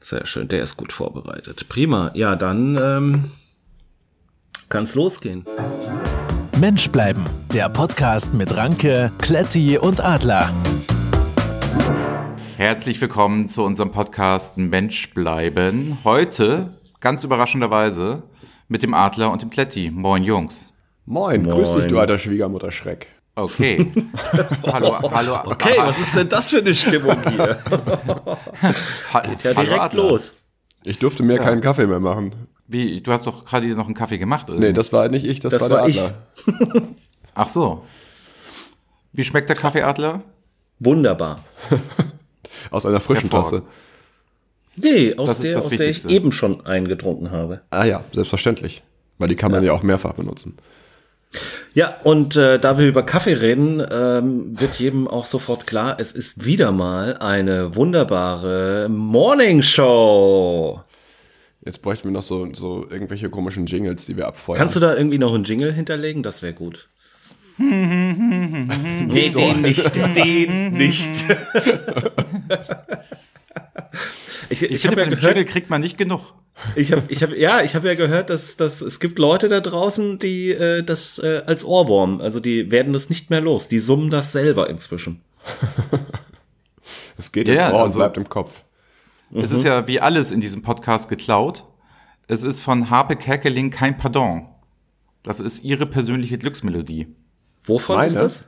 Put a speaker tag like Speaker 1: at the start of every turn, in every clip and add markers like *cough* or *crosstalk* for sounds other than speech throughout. Speaker 1: Sehr schön, der ist gut vorbereitet. Prima. Ja, dann ähm, kann's losgehen.
Speaker 2: Mensch bleiben, der Podcast mit Ranke, Kletti und Adler.
Speaker 3: Herzlich willkommen zu unserem Podcast Mensch bleiben. Heute, ganz überraschenderweise, mit dem Adler und dem Kletti. Moin, Jungs.
Speaker 4: Moin, Moin. grüß dich, du alter Schwiegermutter Schreck.
Speaker 1: *laughs*
Speaker 3: Okay. hallo,
Speaker 1: hallo. Okay, was ist denn das für eine *laughs* Stimmung hier? Geht ja direkt
Speaker 3: ne?
Speaker 1: Adler. los.
Speaker 4: Ich durfte mir ja. keinen Kaffee mehr machen.
Speaker 3: Wie, du hast doch gerade noch einen Kaffee gemacht,
Speaker 4: oder? Nee, das war nicht ich, das, das war der war Adler.
Speaker 3: Ich. Ach so. Wie schmeckt der Kaffee, Adler?
Speaker 1: Wunderbar.
Speaker 4: aus einer frischen Tasse.
Speaker 1: Nee, aus, das der, aus der ich eben schon eingetrunken habe.
Speaker 4: Ah ja, selbstverständlich. Weil die kann man ja, ja auch mehrfach benutzen.
Speaker 1: Ja, und äh, da wir über Kaffee reden, ähm, wird jedem auch sofort klar, es ist wieder mal eine wunderbare Morning Show.
Speaker 4: Jetzt bräuchten wir noch so, so irgendwelche komischen Jingles, die wir abfeuern.
Speaker 1: Kannst du da irgendwie noch einen Jingle hinterlegen? Das wäre
Speaker 3: *laughs*
Speaker 1: gut.
Speaker 3: nee,
Speaker 1: so. den
Speaker 3: *laughs*
Speaker 1: nicht, den nicht.
Speaker 3: ich ich, ich habe ja gehört, Jingle kriegt man nicht genug.
Speaker 1: Ich habe, ich habe, ja, ich habe ja gehört, dass, dass es gibt Leute da draußen, die äh, das äh, als Ohrwurm, also die werden das nicht mehr los, die summen das selber inzwischen.
Speaker 4: Es geht ja, ins Ohr also, und bleibt im Kopf.
Speaker 3: Es mhm. ist ja wie alles in diesem Podcast geklaut. Es ist von Harpe Kerkeling kein Pardon. Das ist ihre persönliche Glücksmelodie.
Speaker 1: Wovon Meine? ist das?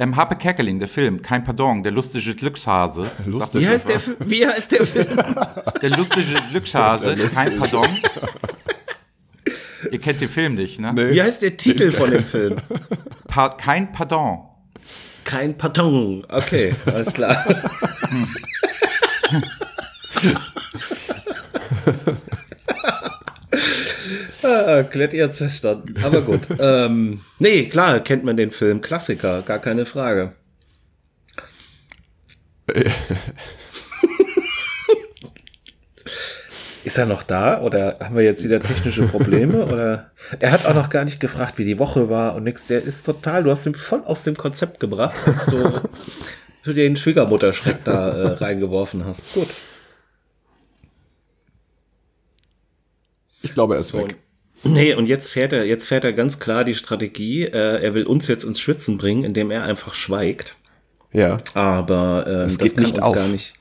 Speaker 3: Ähm, Harpe Kerkeling, der Film, kein Pardon, der lustige
Speaker 4: *laughs*
Speaker 3: Glückshase.
Speaker 1: Lustig wie, heißt der, wie heißt der Film?
Speaker 3: Der lustige
Speaker 4: *laughs*
Speaker 3: Glückshase, kein Pardon. Ihr kennt den Film nicht, ne?
Speaker 1: Nee. Wie heißt der Titel von dem Film?
Speaker 3: Pa kein Pardon.
Speaker 1: Kein Pardon. *laughs* Okay, alles klar. Hm. Ah, Kletti hat's verstanden. Aber gut. ähm, nee, klar, kennt man den Film. Klassiker, gar keine Frage. Ist er noch da oder haben wir jetzt wieder technische *laughs* Probleme? Oder er hat auch noch gar nicht gefragt, wie die Woche war und nix. Der ist total, du hast ihn voll aus dem Konzept gebracht, als du, *laughs* du den Schwiegermutterschreck da äh, reingeworfen hast. Gut.
Speaker 4: Ich glaube, er ist weg.
Speaker 1: Nee, und jetzt fährt er, jetzt fährt er ganz klar die Strategie. Äh, er will uns jetzt ins Schwitzen bringen, indem er einfach schweigt.
Speaker 4: Ja.
Speaker 1: Aber äh, das, das kann uns auf. gar nicht.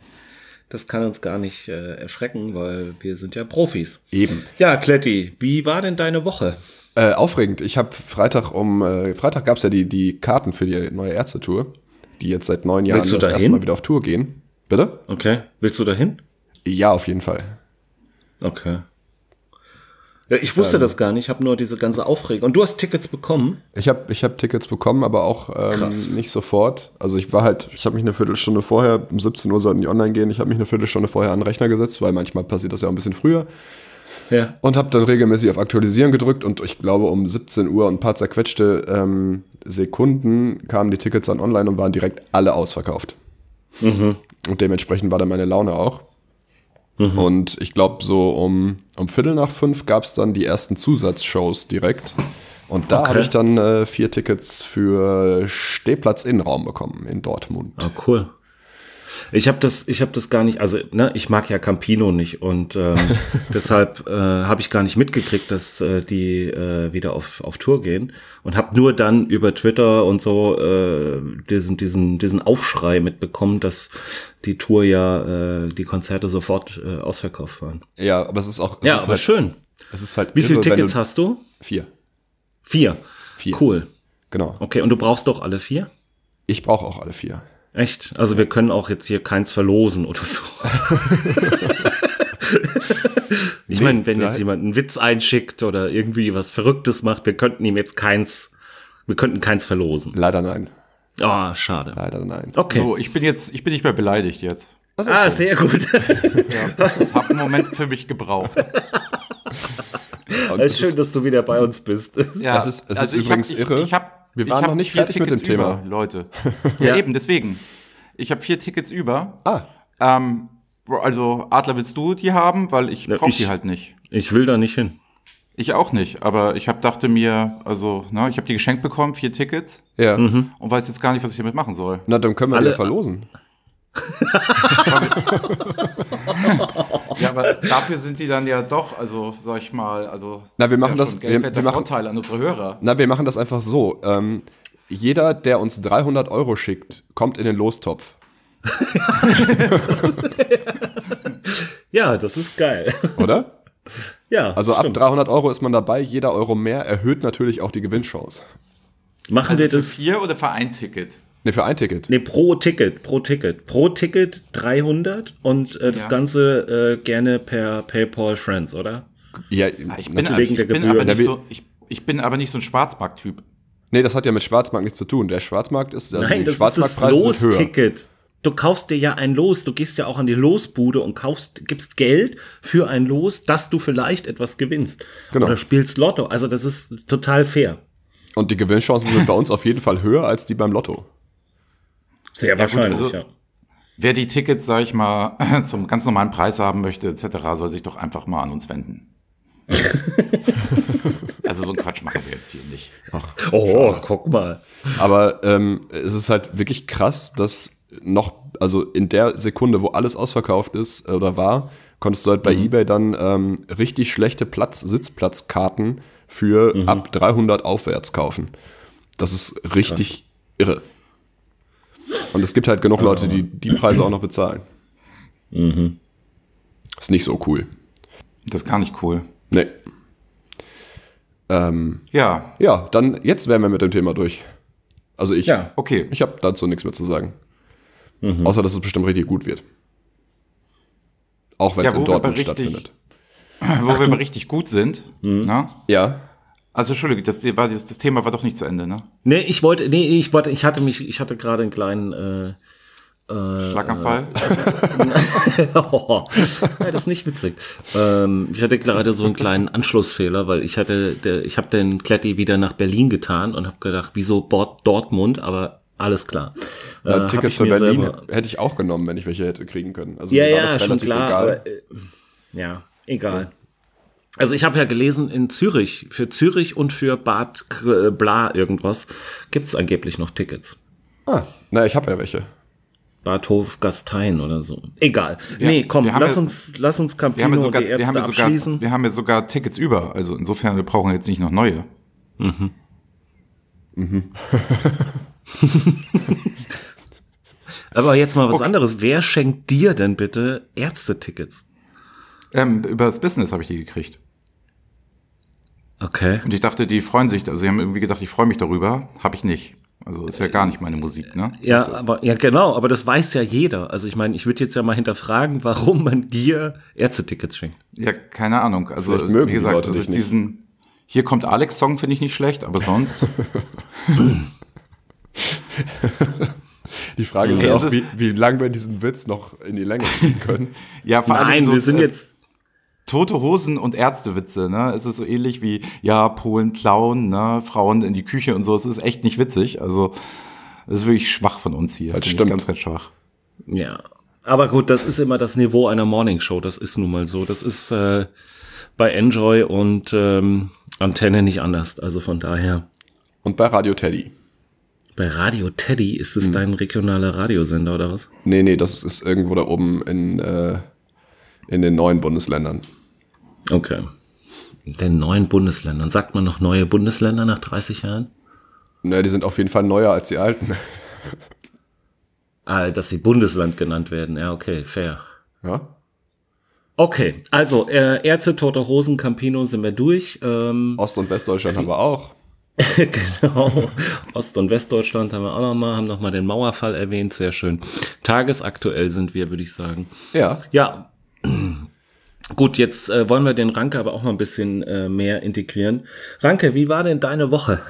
Speaker 1: Das kann uns gar nicht äh, erschrecken, weil wir sind ja Profis.
Speaker 4: Eben.
Speaker 1: Ja, Kletti, wie war denn deine Woche?
Speaker 4: Äh, aufregend. Ich habe Freitag um äh, Freitag gab's ja die die Karten für die neue Ärzte-Tour, die jetzt seit neun Jahren
Speaker 1: Willst du
Speaker 4: das
Speaker 1: erste
Speaker 4: Mal wieder auf Tour gehen. Bitte?
Speaker 1: Okay. Willst du dahin?
Speaker 4: Ja, auf jeden Fall.
Speaker 1: Okay. Ja, ich wusste ähm, das gar nicht, ich habe nur diese ganze Aufregung. Und du hast Tickets bekommen?
Speaker 4: Ich habe ich hab Tickets bekommen, aber auch ähm, nicht sofort. Also ich war halt, ich habe mich eine Viertelstunde vorher, um 17 Uhr sollten die online gehen, ich habe mich eine Viertelstunde vorher an den Rechner gesetzt, weil manchmal passiert das ja auch ein bisschen früher.
Speaker 1: Ja.
Speaker 4: Und habe dann regelmäßig auf Aktualisieren gedrückt und ich glaube um 17 Uhr und ein paar zerquetschte ähm, Sekunden kamen die Tickets dann online und waren direkt alle ausverkauft.
Speaker 1: Mhm.
Speaker 4: Und dementsprechend war dann meine Laune auch. Mhm. Und ich glaube, so um, um Viertel nach fünf gab es dann die ersten Zusatzshows direkt. Und da okay. habe ich dann äh, vier Tickets für Stehplatz Innenraum bekommen in Dortmund.
Speaker 1: Ah, cool. Ich habe das, ich habe das gar nicht. Also, ne, ich mag ja Campino nicht und ähm, *laughs* deshalb äh, habe ich gar nicht mitgekriegt, dass äh, die äh, wieder auf, auf Tour gehen und habe nur dann über Twitter und so äh, diesen diesen diesen Aufschrei mitbekommen, dass die Tour ja äh, die Konzerte sofort äh, ausverkauft waren.
Speaker 4: Ja, aber es ist auch es
Speaker 1: ja,
Speaker 4: ist
Speaker 1: aber halt, schön.
Speaker 4: Es ist halt.
Speaker 1: Wie irre, viele Tickets du hast du?
Speaker 4: Vier.
Speaker 1: Vier.
Speaker 4: Vier.
Speaker 1: Cool.
Speaker 4: Genau.
Speaker 1: Okay, und du brauchst doch alle vier?
Speaker 4: Ich brauche auch alle vier.
Speaker 1: Echt? Also wir können auch jetzt hier keins verlosen oder so. ich meine, wenn jetzt jemand einen Witz einschickt oder irgendwie was Verrücktes macht, wir könnten ihm jetzt keins, wir könnten keins verlosen.
Speaker 4: Leider nein.
Speaker 1: Ah, oh, schade.
Speaker 4: Leider nein.
Speaker 3: Okay. So, ich bin jetzt, ich bin nicht mehr beleidigt jetzt.
Speaker 1: Ah, cool. sehr gut.
Speaker 3: ja, *laughs* hab einen Moment für mich gebraucht.
Speaker 1: Also schön, dass du wieder bei uns bist.
Speaker 4: Ja, das ist, das also ist übrigens
Speaker 3: hab,
Speaker 4: ich, irre.
Speaker 3: Ich hab,
Speaker 4: wir waren noch nicht fertig Tickets mit dem
Speaker 3: über,
Speaker 4: Thema.
Speaker 3: Leute.
Speaker 4: *laughs*
Speaker 3: ja, ja, eben, deswegen. Ich habe vier Tickets über.
Speaker 4: Ah.
Speaker 3: Ähm, also, Adler, willst du die haben? Weil ich brauche die halt nicht.
Speaker 1: Ich will da nicht hin.
Speaker 3: Ich auch nicht, aber ich habe dachte mir, also, ne, ich habe die geschenkt bekommen, vier Tickets.
Speaker 4: Ja.
Speaker 3: Mhm. Und weiß jetzt gar nicht, was ich damit machen soll.
Speaker 4: Na, dann können wir alle ja verlosen.
Speaker 3: Ja, aber dafür sind die dann ja doch, also sag ich mal, also
Speaker 4: Na, wir machen
Speaker 3: ja
Speaker 4: das-
Speaker 3: schon
Speaker 4: wir-
Speaker 3: Geld der
Speaker 4: wir machen-
Speaker 3: Vorteil an unsere Hörer.
Speaker 4: Na, wir machen das einfach so. Ähm, jeder, der uns 300 Euro schickt, kommt in den Lostopf.
Speaker 1: Ja, das ist geil. *laughs*
Speaker 4: Oder?
Speaker 1: Ja,
Speaker 4: Also ab
Speaker 1: stimmt.
Speaker 4: 300 Euro ist man dabei. Jeder Euro mehr erhöht natürlich auch die Gewinnchance.
Speaker 1: Machen
Speaker 3: Also
Speaker 1: wir
Speaker 3: für
Speaker 1: das.
Speaker 3: vier oder für ein Ticket?
Speaker 4: Ne, für ein Ticket.
Speaker 1: Nee, pro Ticket, pro Ticket. Pro Ticket 300 und äh, das
Speaker 3: Ja.
Speaker 1: Ganze äh, gerne per PayPal Friends, oder?
Speaker 4: Ja,
Speaker 3: Ah, Ich
Speaker 4: natürlich.
Speaker 3: bin, aber-
Speaker 1: wegen der
Speaker 3: ich bin
Speaker 1: Gebühren.
Speaker 3: aber nicht
Speaker 4: Ja,
Speaker 3: so, ich, ich bin aber nicht so ein Schwarzmarkt-Typ.
Speaker 4: Nee, das hat ja mit Schwarzmarkt nichts zu tun. Der Schwarzmarkt ist, also
Speaker 1: Nein,
Speaker 4: die
Speaker 1: das ist das
Speaker 4: Schwarzmarktpreise sind höher.
Speaker 1: Los-Ticket. Du kaufst dir ja ein Los, du gehst ja auch an die Losbude und kaufst, gibst Geld für ein Los, dass du vielleicht etwas gewinnst.
Speaker 4: Genau.
Speaker 1: Oder spielst Lotto. Also das ist total fair.
Speaker 4: Und die Gewinnchancen sind bei uns auf jeden Fall höher als die beim Lotto.
Speaker 1: Sehr wahrscheinlich,
Speaker 3: also-
Speaker 1: ja.
Speaker 3: Wer die Tickets, sag ich mal, *laughs* zum ganz normalen Preis haben möchte, etc., soll sich doch einfach mal an uns *laughs* wenden. also so einen Quatsch machen wir jetzt hier nicht.
Speaker 1: Oh, guck mal.
Speaker 4: Aber ähm, es ist halt wirklich krass, dass noch, also in der Sekunde, wo alles ausverkauft ist äh, oder war, konntest du halt bei eBay dann ähm, richtig schlechte Platz, Sitzplatzkarten für ab 300 aufwärts kaufen. Das ist richtig irre. Und es gibt halt genug Leute, die die Preise auch noch bezahlen. Ist nicht so cool.
Speaker 3: Das ist gar nicht cool.
Speaker 4: Nee. Ähm,
Speaker 3: Ja,
Speaker 4: ja, dann jetzt wären wir mit dem Thema durch. Also ich,
Speaker 1: Ja.
Speaker 3: okay.
Speaker 4: ich habe dazu nichts mehr zu sagen.
Speaker 1: Mhm.
Speaker 4: Außer, dass es bestimmt richtig gut wird. Auch wenn
Speaker 3: Ja,
Speaker 4: es
Speaker 3: wo
Speaker 4: in
Speaker 3: wir aber
Speaker 4: Dortmund
Speaker 3: richtig-
Speaker 4: stattfindet.
Speaker 3: Wo wir mal richtig gut sind.
Speaker 1: Hm.
Speaker 3: Na?
Speaker 4: Ja.
Speaker 3: Also Entschuldige, das, war, das, das Thema war doch nicht zu Ende, ne?
Speaker 1: Nee, ich wollte, nee, ich wollte, ich hatte mich, ich hatte gerade einen kleinen, äh,
Speaker 3: Schlaganfall.
Speaker 1: Oh, ja, das ist nicht witzig. Ähm, ich hatte gerade so einen kleinen Anschlussfehler, weil ich hatte, der, ich habe den Kletti wieder nach Berlin getan und habe gedacht, wieso Bord Dortmund? Aber alles klar.
Speaker 4: Na,
Speaker 1: Äh, hab
Speaker 4: Tickets
Speaker 1: ich
Speaker 4: für
Speaker 1: mir
Speaker 4: Berlin
Speaker 1: selber-
Speaker 4: hätte ich auch genommen, wenn ich welche hätte kriegen können. Also
Speaker 1: Ja,
Speaker 4: mir war
Speaker 1: ja,
Speaker 4: das
Speaker 1: schon
Speaker 4: relativ
Speaker 1: klar.
Speaker 4: egal.
Speaker 1: Aber, äh, ja, egal. Also ich habe ja gelesen, in Zürich, für Zürich und für Bad K- äh, Bla irgendwas, gibt's angeblich noch Tickets.
Speaker 4: ah, na, ich habe ja welche.
Speaker 1: Badhof Gastein oder so. Egal. nee, komm,
Speaker 3: wir haben
Speaker 1: lass
Speaker 3: ja-
Speaker 1: uns, lass uns
Speaker 3: Wir haben,
Speaker 1: Campino
Speaker 3: ja sogar,
Speaker 1: und die Ärzte
Speaker 3: wir, haben ja sogar,
Speaker 1: abschließen.
Speaker 3: wir haben ja sogar Tickets über. Also insofern, wir brauchen jetzt nicht noch neue.
Speaker 1: Aber jetzt mal was anderes. Wer schenkt dir denn bitte Ärztetickets?
Speaker 3: Ähm, über das Business habe ich die gekriegt.
Speaker 1: Okay.
Speaker 3: Und ich dachte, die freuen sich. Also sie haben irgendwie gedacht, ich freue mich darüber. Habe ich nicht. Also ist ja gar nicht meine Musik, ne?
Speaker 1: Ja, aber ja genau, aber das weiß ja jeder. Also ich meine, ich würde jetzt ja mal hinterfragen, warum man dir Ärztetickets schenkt.
Speaker 3: Ja, keine Ahnung. Also,
Speaker 4: Vielleicht mögen
Speaker 3: wie
Speaker 4: die
Speaker 3: gesagt,
Speaker 4: Leute
Speaker 3: also
Speaker 4: dich nicht.
Speaker 3: diesen Hier kommt Alex-Song finde ich nicht schlecht,
Speaker 1: *laughs*
Speaker 3: aber sonst.
Speaker 4: Die Frage ist
Speaker 3: Okay,
Speaker 4: ja
Speaker 3: es
Speaker 4: auch,
Speaker 3: ist-
Speaker 4: wie, wie lange wir diesen Witz noch in die Länge ziehen können.
Speaker 3: ja, vor allem
Speaker 1: Nein,
Speaker 3: so,
Speaker 1: wir sind
Speaker 3: äh,
Speaker 1: jetzt
Speaker 3: Tote Hosen und Ärztewitze, ne? Es ist so ähnlich wie, ja, Polen klauen, ne? Frauen in die Küche und so. Es ist echt nicht witzig. Also, es ist wirklich schwach von uns hier.
Speaker 4: Das
Speaker 3: Finde ich
Speaker 4: stimmt.
Speaker 3: Ganz, ganz schwach.
Speaker 1: ja. Aber gut, das ist immer das Niveau einer Morning Show. Das ist nun mal so. Das ist äh, bei Enjoy und ähm, Antenne nicht anders. Also von daher.
Speaker 4: Und bei Radio Teddy.
Speaker 1: Bei Radio Teddy ist
Speaker 3: Hm.
Speaker 1: es dein regionaler Radiosender oder was?
Speaker 4: Nee, nee, das ist irgendwo da oben in, äh, in den neuen Bundesländern.
Speaker 1: Okay. Den neuen Bundesländern. Sagt man noch neue Bundesländer nach 30 Jahren?
Speaker 4: Na, die sind auf jeden Fall neuer als die alten. *laughs*
Speaker 1: Ah, dass sie Bundesland genannt werden. Ja, okay, fair.
Speaker 4: Ja?
Speaker 1: Okay, also äh, Ärzte, Tote Hosen, Campino sind wir durch. Ähm, *laughs*
Speaker 4: Ost- und Westdeutschland haben wir auch.
Speaker 1: genau. Ost- und Westdeutschland haben wir auch nochmal, haben nochmal den Mauerfall erwähnt, sehr schön. Tagesaktuell sind wir, würde ich sagen.
Speaker 4: Ja.
Speaker 1: Ja. *clears throat* Gut, jetzt äh, wollen wir den Ranke aber auch mal ein bisschen äh, mehr integrieren. Ranke, wie war denn deine Woche?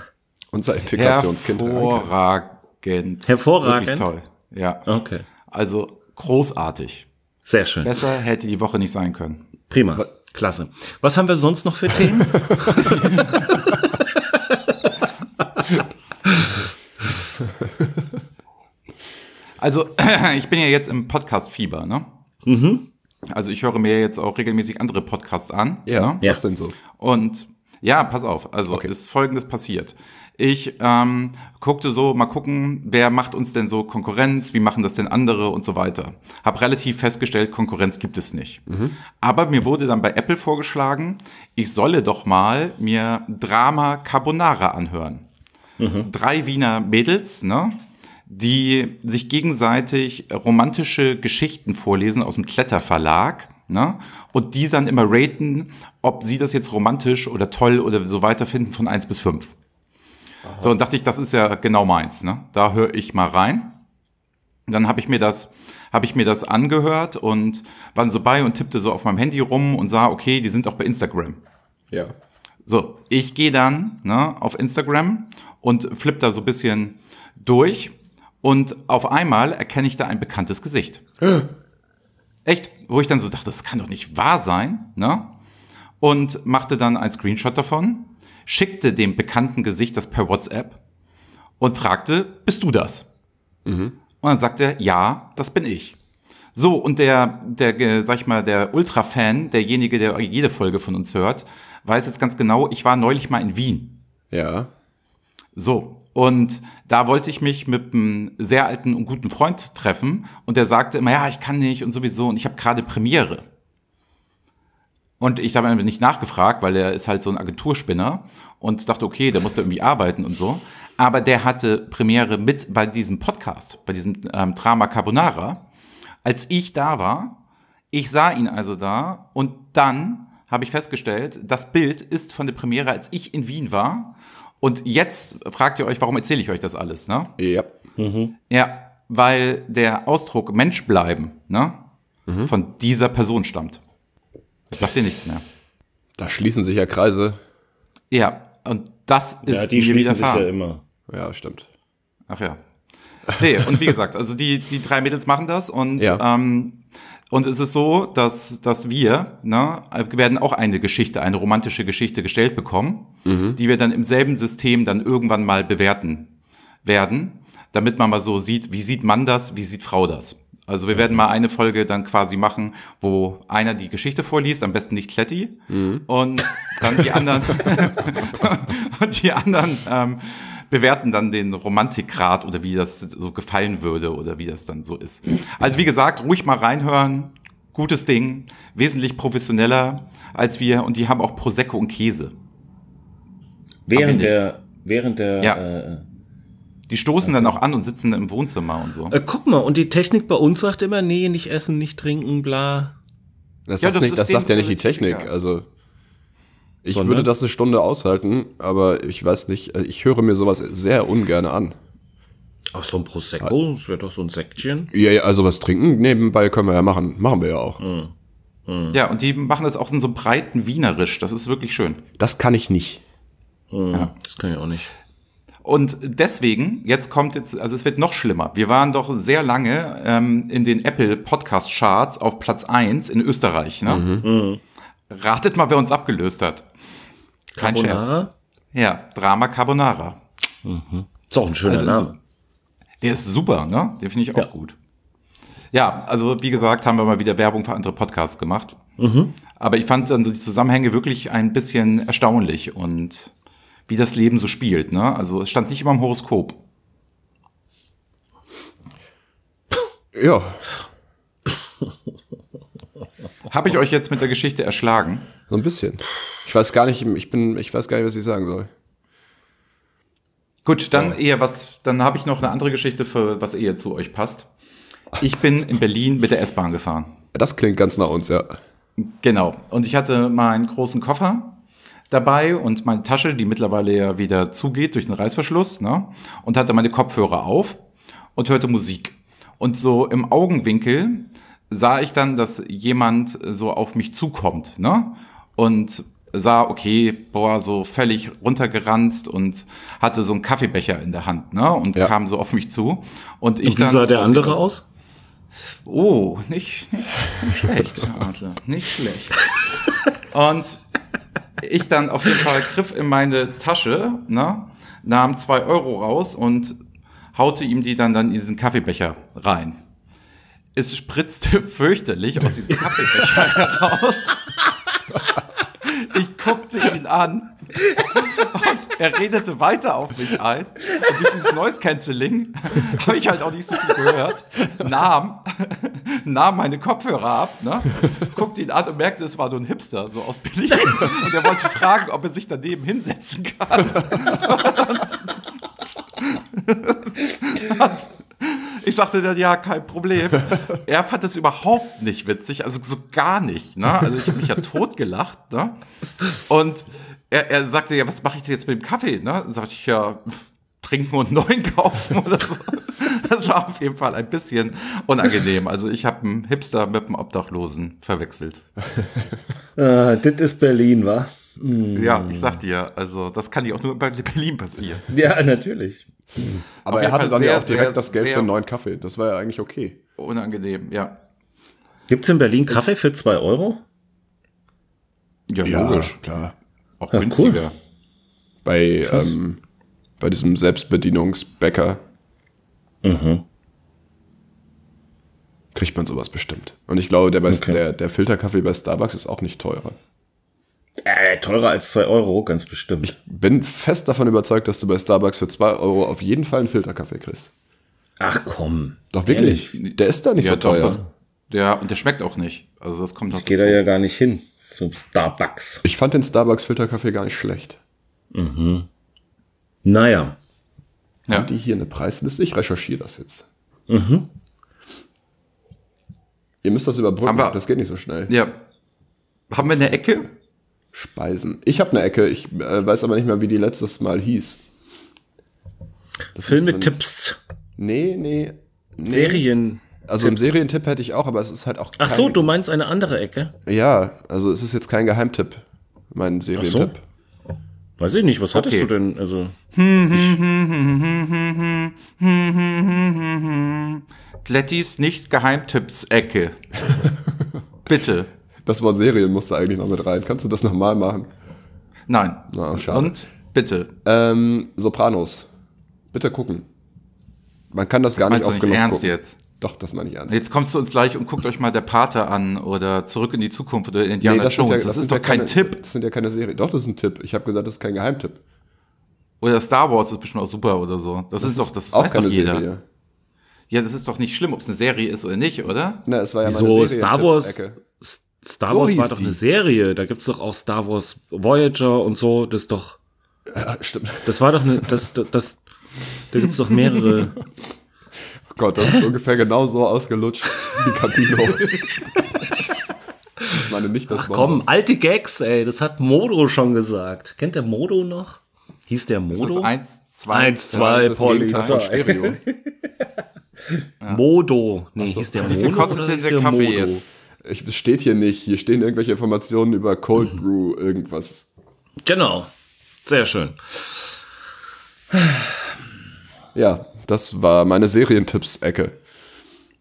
Speaker 4: Unser Integrationskind. Ranke.
Speaker 3: Hervorragend.
Speaker 1: Hervorragend?
Speaker 3: Wirklich toll. Ja.
Speaker 1: Okay.
Speaker 3: Also, großartig.
Speaker 1: Sehr schön.
Speaker 3: Besser hätte die Woche nicht sein können.
Speaker 1: Prima. Klasse. Was haben wir sonst noch *laughs* für Themen?
Speaker 3: Also, *clears throat* ich bin ja jetzt im Podcast-Fieber, ne? Also, ich höre mir jetzt auch regelmäßig andere Podcasts an.
Speaker 4: Ja,
Speaker 3: Ne?
Speaker 1: Ja.
Speaker 4: was denn so?
Speaker 3: Und Ja, pass auf. Also
Speaker 4: Okay.
Speaker 3: ist Folgendes passiert. Ich ähm, guckte so, mal gucken, wer macht uns denn so Konkurrenz, wie machen das denn andere und so weiter. Hab relativ festgestellt, Konkurrenz gibt es nicht. Aber mir wurde dann bei Apple vorgeschlagen, ich solle doch mal mir Drama Carbonara anhören drei Wiener Mädels, ne? die sich gegenseitig romantische Geschichten vorlesen aus dem Kletterverlag. Ne? Und die dann immer raten, ob sie das jetzt romantisch oder toll oder so weiter finden von 1 bis 5. So, und dachte ich, das ist ja genau meins. Ne? Da höre ich mal rein. Dann habe ich mir das habe ich mir das angehört und war dann so bei und tippte so auf meinem Handy rum und sah, okay, die sind auch bei Instagram.
Speaker 4: Ja.
Speaker 3: So, ich gehe dann ne, auf Instagram und flipp da so ein bisschen durch und auf einmal erkenne ich da ein bekanntes Gesicht. Echt? Wo ich dann so dachte, das kann doch nicht wahr sein, ne? Und machte dann ein Screenshot davon, schickte dem bekannten Gesicht das per WhatsApp und fragte, bist du das? Und dann sagte er, ja, das bin ich. So, und der, der, äh, sag ich mal, der Ultra-Fan, derjenige, der jede Folge von uns hört, weiß jetzt ganz genau, ich war neulich mal in Wien.
Speaker 4: Ja.
Speaker 3: So. Und da wollte ich mich mit einem sehr alten und guten Freund treffen und der sagte immer, ja, ich kann nicht und sowieso und ich habe gerade Premiere. Und ich habe einfach nicht nachgefragt, weil er ist halt so ein Agenturspinner und dachte, okay, der muss da irgendwie arbeiten und so. Aber der hatte Premiere mit bei diesem Podcast, bei diesem ähm, Drama Carbonara als ich da war, ich sah ihn also da und dann habe ich festgestellt, das Bild ist von der Premiere, als ich in Wien war. Und jetzt fragt ihr euch, warum erzähle ich euch das alles, ne?
Speaker 4: Ja.
Speaker 3: Ja, weil der Ausdruck Mensch bleiben, ne?
Speaker 1: Mhm.
Speaker 3: Von dieser Person stammt. Das sagt ihr nichts mehr.
Speaker 4: Da schließen sich ja Kreise.
Speaker 3: Ja, und das ist
Speaker 1: Ja, die
Speaker 3: mir
Speaker 1: schließen sich ja
Speaker 3: widerfahren.
Speaker 1: immer.
Speaker 4: Ja, stimmt.
Speaker 3: Ach ja. Nee, und wie gesagt, also die, die drei Mädels machen das und,
Speaker 4: Ja.
Speaker 3: ähm, und es ist so, dass, dass wir ne, werden auch eine Geschichte, eine romantische Geschichte gestellt bekommen, die wir dann im selben System dann irgendwann mal bewerten werden, damit man mal so sieht, wie sieht Mann das, wie sieht Frau das. Also wir werden mal eine Folge dann quasi machen, wo einer die Geschichte vorliest, am besten nicht Kletti, und dann die anderen und die anderen ähm, bewerten dann den Romantikgrad oder wie das so gefallen würde oder wie das dann so ist. Also wie gesagt, ruhig mal reinhören. Gutes Ding, wesentlich professioneller als wir und die haben auch Prosecco und Käse.
Speaker 1: Während
Speaker 3: ich.
Speaker 1: der, während der,
Speaker 3: Ja.
Speaker 1: äh,
Speaker 3: Die stoßen dann auch an und sitzen im Wohnzimmer und so.
Speaker 1: Äh, guck mal, und die Technik bei uns sagt immer, nee, nicht essen, nicht trinken, bla.
Speaker 4: Das
Speaker 3: Ja,
Speaker 4: sagt,
Speaker 3: das
Speaker 4: nicht,
Speaker 3: ist
Speaker 4: das
Speaker 3: denen
Speaker 4: sagt ja nicht die
Speaker 3: relativ
Speaker 4: Technik.
Speaker 3: egal. ne?
Speaker 4: Also, ich
Speaker 1: Sondern?
Speaker 4: würde das eine Stunde aushalten, aber ich weiß nicht, äh, ich höre mir sowas sehr ungern an.
Speaker 1: Ach, so ein Prosecco, das wäre doch so ein Säckchen.
Speaker 4: Ja, ja, also was trinken nebenbei können wir ja machen. Machen wir ja auch.
Speaker 3: Mhm. Ja, und die machen das auch in so breiten Wienerisch. Das ist wirklich schön.
Speaker 4: Das kann ich nicht.
Speaker 1: Hm, Das kann ich auch nicht.
Speaker 3: Und deswegen, jetzt kommt jetzt, also es wird noch schlimmer. Wir waren doch sehr lange ähm, in den Apple Podcast Charts auf Platz 1 in Österreich. Ne? Ratet mal, wer uns abgelöst hat. Kein Scherz.
Speaker 1: Carbonara?
Speaker 3: Ja, Drama Carbonara.
Speaker 1: Ist auch ein schöner
Speaker 3: Also in
Speaker 1: Name.
Speaker 3: Der ist super, ne? Den finde ich auch gut. Ja, also wie gesagt, haben wir mal wieder Werbung für andere Podcasts gemacht. Aber ich fand dann so die Zusammenhänge wirklich ein bisschen erstaunlich und wie das Leben so spielt, ne? Also es stand nicht immer im Horoskop.
Speaker 4: Ja,
Speaker 3: Habe ich euch jetzt mit der Geschichte erschlagen?
Speaker 4: so ein bisschen. Ich weiß gar nicht, ich bin, ich weiß gar nicht, was ich sagen soll.
Speaker 3: Gut, dann eher was, dann habe ich noch eine andere Geschichte für was eher zu euch passt. Ich bin in Berlin mit der S-Bahn gefahren.
Speaker 4: Das klingt ganz nach uns, ja.
Speaker 3: Genau. Und ich hatte meinen großen Koffer dabei und meine Tasche, die mittlerweile ja wieder zugeht durch den Reißverschluss, ne? Und hatte meine Kopfhörer auf und hörte Musik. Und so im Augenwinkel sah ich dann, dass jemand so auf mich zukommt, ne? Und sah, okay, boah, so völlig runtergeranzt und hatte so einen Kaffeebecher in der Hand, ne? Und
Speaker 4: Ja.
Speaker 3: kam so auf mich zu. Und ich
Speaker 1: Und wie
Speaker 3: dann.
Speaker 1: sah der
Speaker 3: als ich
Speaker 1: andere
Speaker 3: das-
Speaker 1: aus?
Speaker 3: Oh, nicht, nicht, nicht schlecht, Adler. Nicht schlecht. Und ich dann auf jeden Fall griff in meine Tasche, ne, nahm zwei Euro raus und haute ihm die dann, dann in diesen Kaffeebecher rein. Es spritzte *laughs* fürchterlich aus *laughs* diesem Kaffeebecher heraus. Ich guckte ihn an Und er redete weiter auf mich ein. Und durch dieses Noise Cancelling *laughs* habe ich halt auch nicht so viel gehört. Nahm, nahm meine Kopfhörer ab, ne? *laughs* guckte ihn an und merkte, es war nur ein Hipster, so aus Berlin. Und er wollte fragen, ob er sich daneben hinsetzen kann. Und, und, ich sagte dann, ja, kein Problem. Er fand das überhaupt nicht witzig, also so gar nicht. Ne? Also ich habe mich ja totgelacht. Ne? Und er, er sagte, ja, was mache ich denn jetzt mit dem Kaffee? Ne? Dann sagte ich, ja, pff, trinken und neuen kaufen oder so. Das war auf jeden Fall ein bisschen unangenehm. Also ich habe einen Hipster mit einem Obdachlosen verwechselt.
Speaker 1: Ah, das ist Berlin, wa?
Speaker 3: Mm. Ja, ich sag dir, also das kann dir auch nur bei Berlin passieren.
Speaker 1: *laughs* Ja, natürlich.
Speaker 4: Aber er hatte Fall dann sehr, ja auch direkt sehr, das Geld für einen neuen Kaffee. Das war ja eigentlich okay.
Speaker 3: Unangenehm, ja.
Speaker 1: Gibt es in Berlin Kaffee für 2 Euro?
Speaker 4: Ja, logisch, ja, klar.
Speaker 3: Auch ja, günstiger. Cool.
Speaker 4: Bei, ähm, bei diesem Selbstbedienungsbäcker mhm. kriegt man sowas bestimmt. Und ich glaube, der, bei okay. der, der Filterkaffee bei Starbucks ist auch nicht teurer.
Speaker 1: Äh, teurer als 2 Euro, ganz bestimmt.
Speaker 4: Ich bin fest davon überzeugt, dass du bei Starbucks für 2 Euro auf jeden Fall einen Filterkaffee kriegst.
Speaker 1: Ach komm.
Speaker 4: Doch wirklich. Ehrlich? Der ist da nicht
Speaker 3: ja,
Speaker 4: so teuer.
Speaker 3: Doch, das, ja, und der schmeckt auch nicht. Also das kommt
Speaker 1: Ich gehe da ja gar nicht hin zum Starbucks.
Speaker 4: Ich fand den Starbucks Filterkaffee gar nicht schlecht.
Speaker 1: Mhm. Naja.
Speaker 4: Haben ja. die hier eine Preisliste? Ich recherchiere das jetzt.
Speaker 1: Mhm.
Speaker 4: Ihr müsst das überbrücken, wir, das geht nicht so schnell.
Speaker 3: Ja. Haben wir eine Ecke?
Speaker 4: Speisen. Ich habe eine Ecke, ich äh, weiß aber nicht mehr, wie die letztes Mal hieß.
Speaker 1: Filme-Tipps.
Speaker 4: Nee, nee, nee.
Speaker 1: Serien.
Speaker 4: Also im Serientipp hätte ich auch, aber es ist halt auch.
Speaker 1: Ach so, du meinst eine andere Ecke?
Speaker 4: Ja, also es ist jetzt kein Geheimtipp, mein Serientipp.
Speaker 1: So. Weiß ich nicht, was hattest okay. du denn? Also.
Speaker 3: Glettis *laughs* Nicht-Geheimtipps-Ecke. Bitte.
Speaker 4: Das Wort Serien musste eigentlich noch mit rein. Kannst du das nochmal machen?
Speaker 3: Nein.
Speaker 4: Na, schade.
Speaker 3: Und bitte.
Speaker 4: Ähm, Sopranos. Bitte gucken. Man kann das, das gar nicht
Speaker 3: auf
Speaker 4: nicht genug
Speaker 3: ernst
Speaker 4: gucken.
Speaker 3: jetzt.
Speaker 4: Doch, das meine ich ernst.
Speaker 3: Jetzt kommst du uns gleich und guckt euch mal der Pate an oder zurück in die Zukunft oder Indiana nee, das Jones. Ja, das, das ist doch ja kein
Speaker 4: keine,
Speaker 3: Tipp.
Speaker 4: Das sind ja keine Serien. Doch, das ist ein Tipp. Ich habe gesagt, das ist kein Geheimtipp.
Speaker 3: Oder Star Wars ist bestimmt auch super oder so. Das, das ist doch, das auch weiß keine doch jeder. Serie. Ja, das ist doch nicht schlimm, ob es eine Serie ist oder nicht, oder?
Speaker 4: Na, Ne, es war ja
Speaker 1: Wieso? meine Serie Star Wars, Star Wars so war doch die. eine Serie. Da gibt's doch auch Star Wars Voyager und so. Das ist doch.
Speaker 4: Ja, stimmt.
Speaker 1: Das war doch eine. Das, das, das, da gibt's doch *laughs* mehrere.
Speaker 4: oh Gott, das ist ungefähr genauso ausgelutscht
Speaker 1: *laughs*
Speaker 4: wie Capino.
Speaker 1: ich meine nicht, dass Ach komm, alte Gags, ey. Das hat Modo schon gesagt. Kennt der Modo noch? Hieß der Modo? Das ist
Speaker 3: 1, 2,
Speaker 1: 1, 2, Polizei.
Speaker 3: *laughs*
Speaker 1: Modo. Nee, so. hieß der Modo.
Speaker 3: Wie viel kostet denn der Kaffee Modo? jetzt?
Speaker 4: Ich, das steht hier nicht. Hier stehen irgendwelche Informationen über Cold Brew, irgendwas.
Speaker 1: Genau. Sehr schön.
Speaker 4: Ja, das war meine Serientipps-Ecke.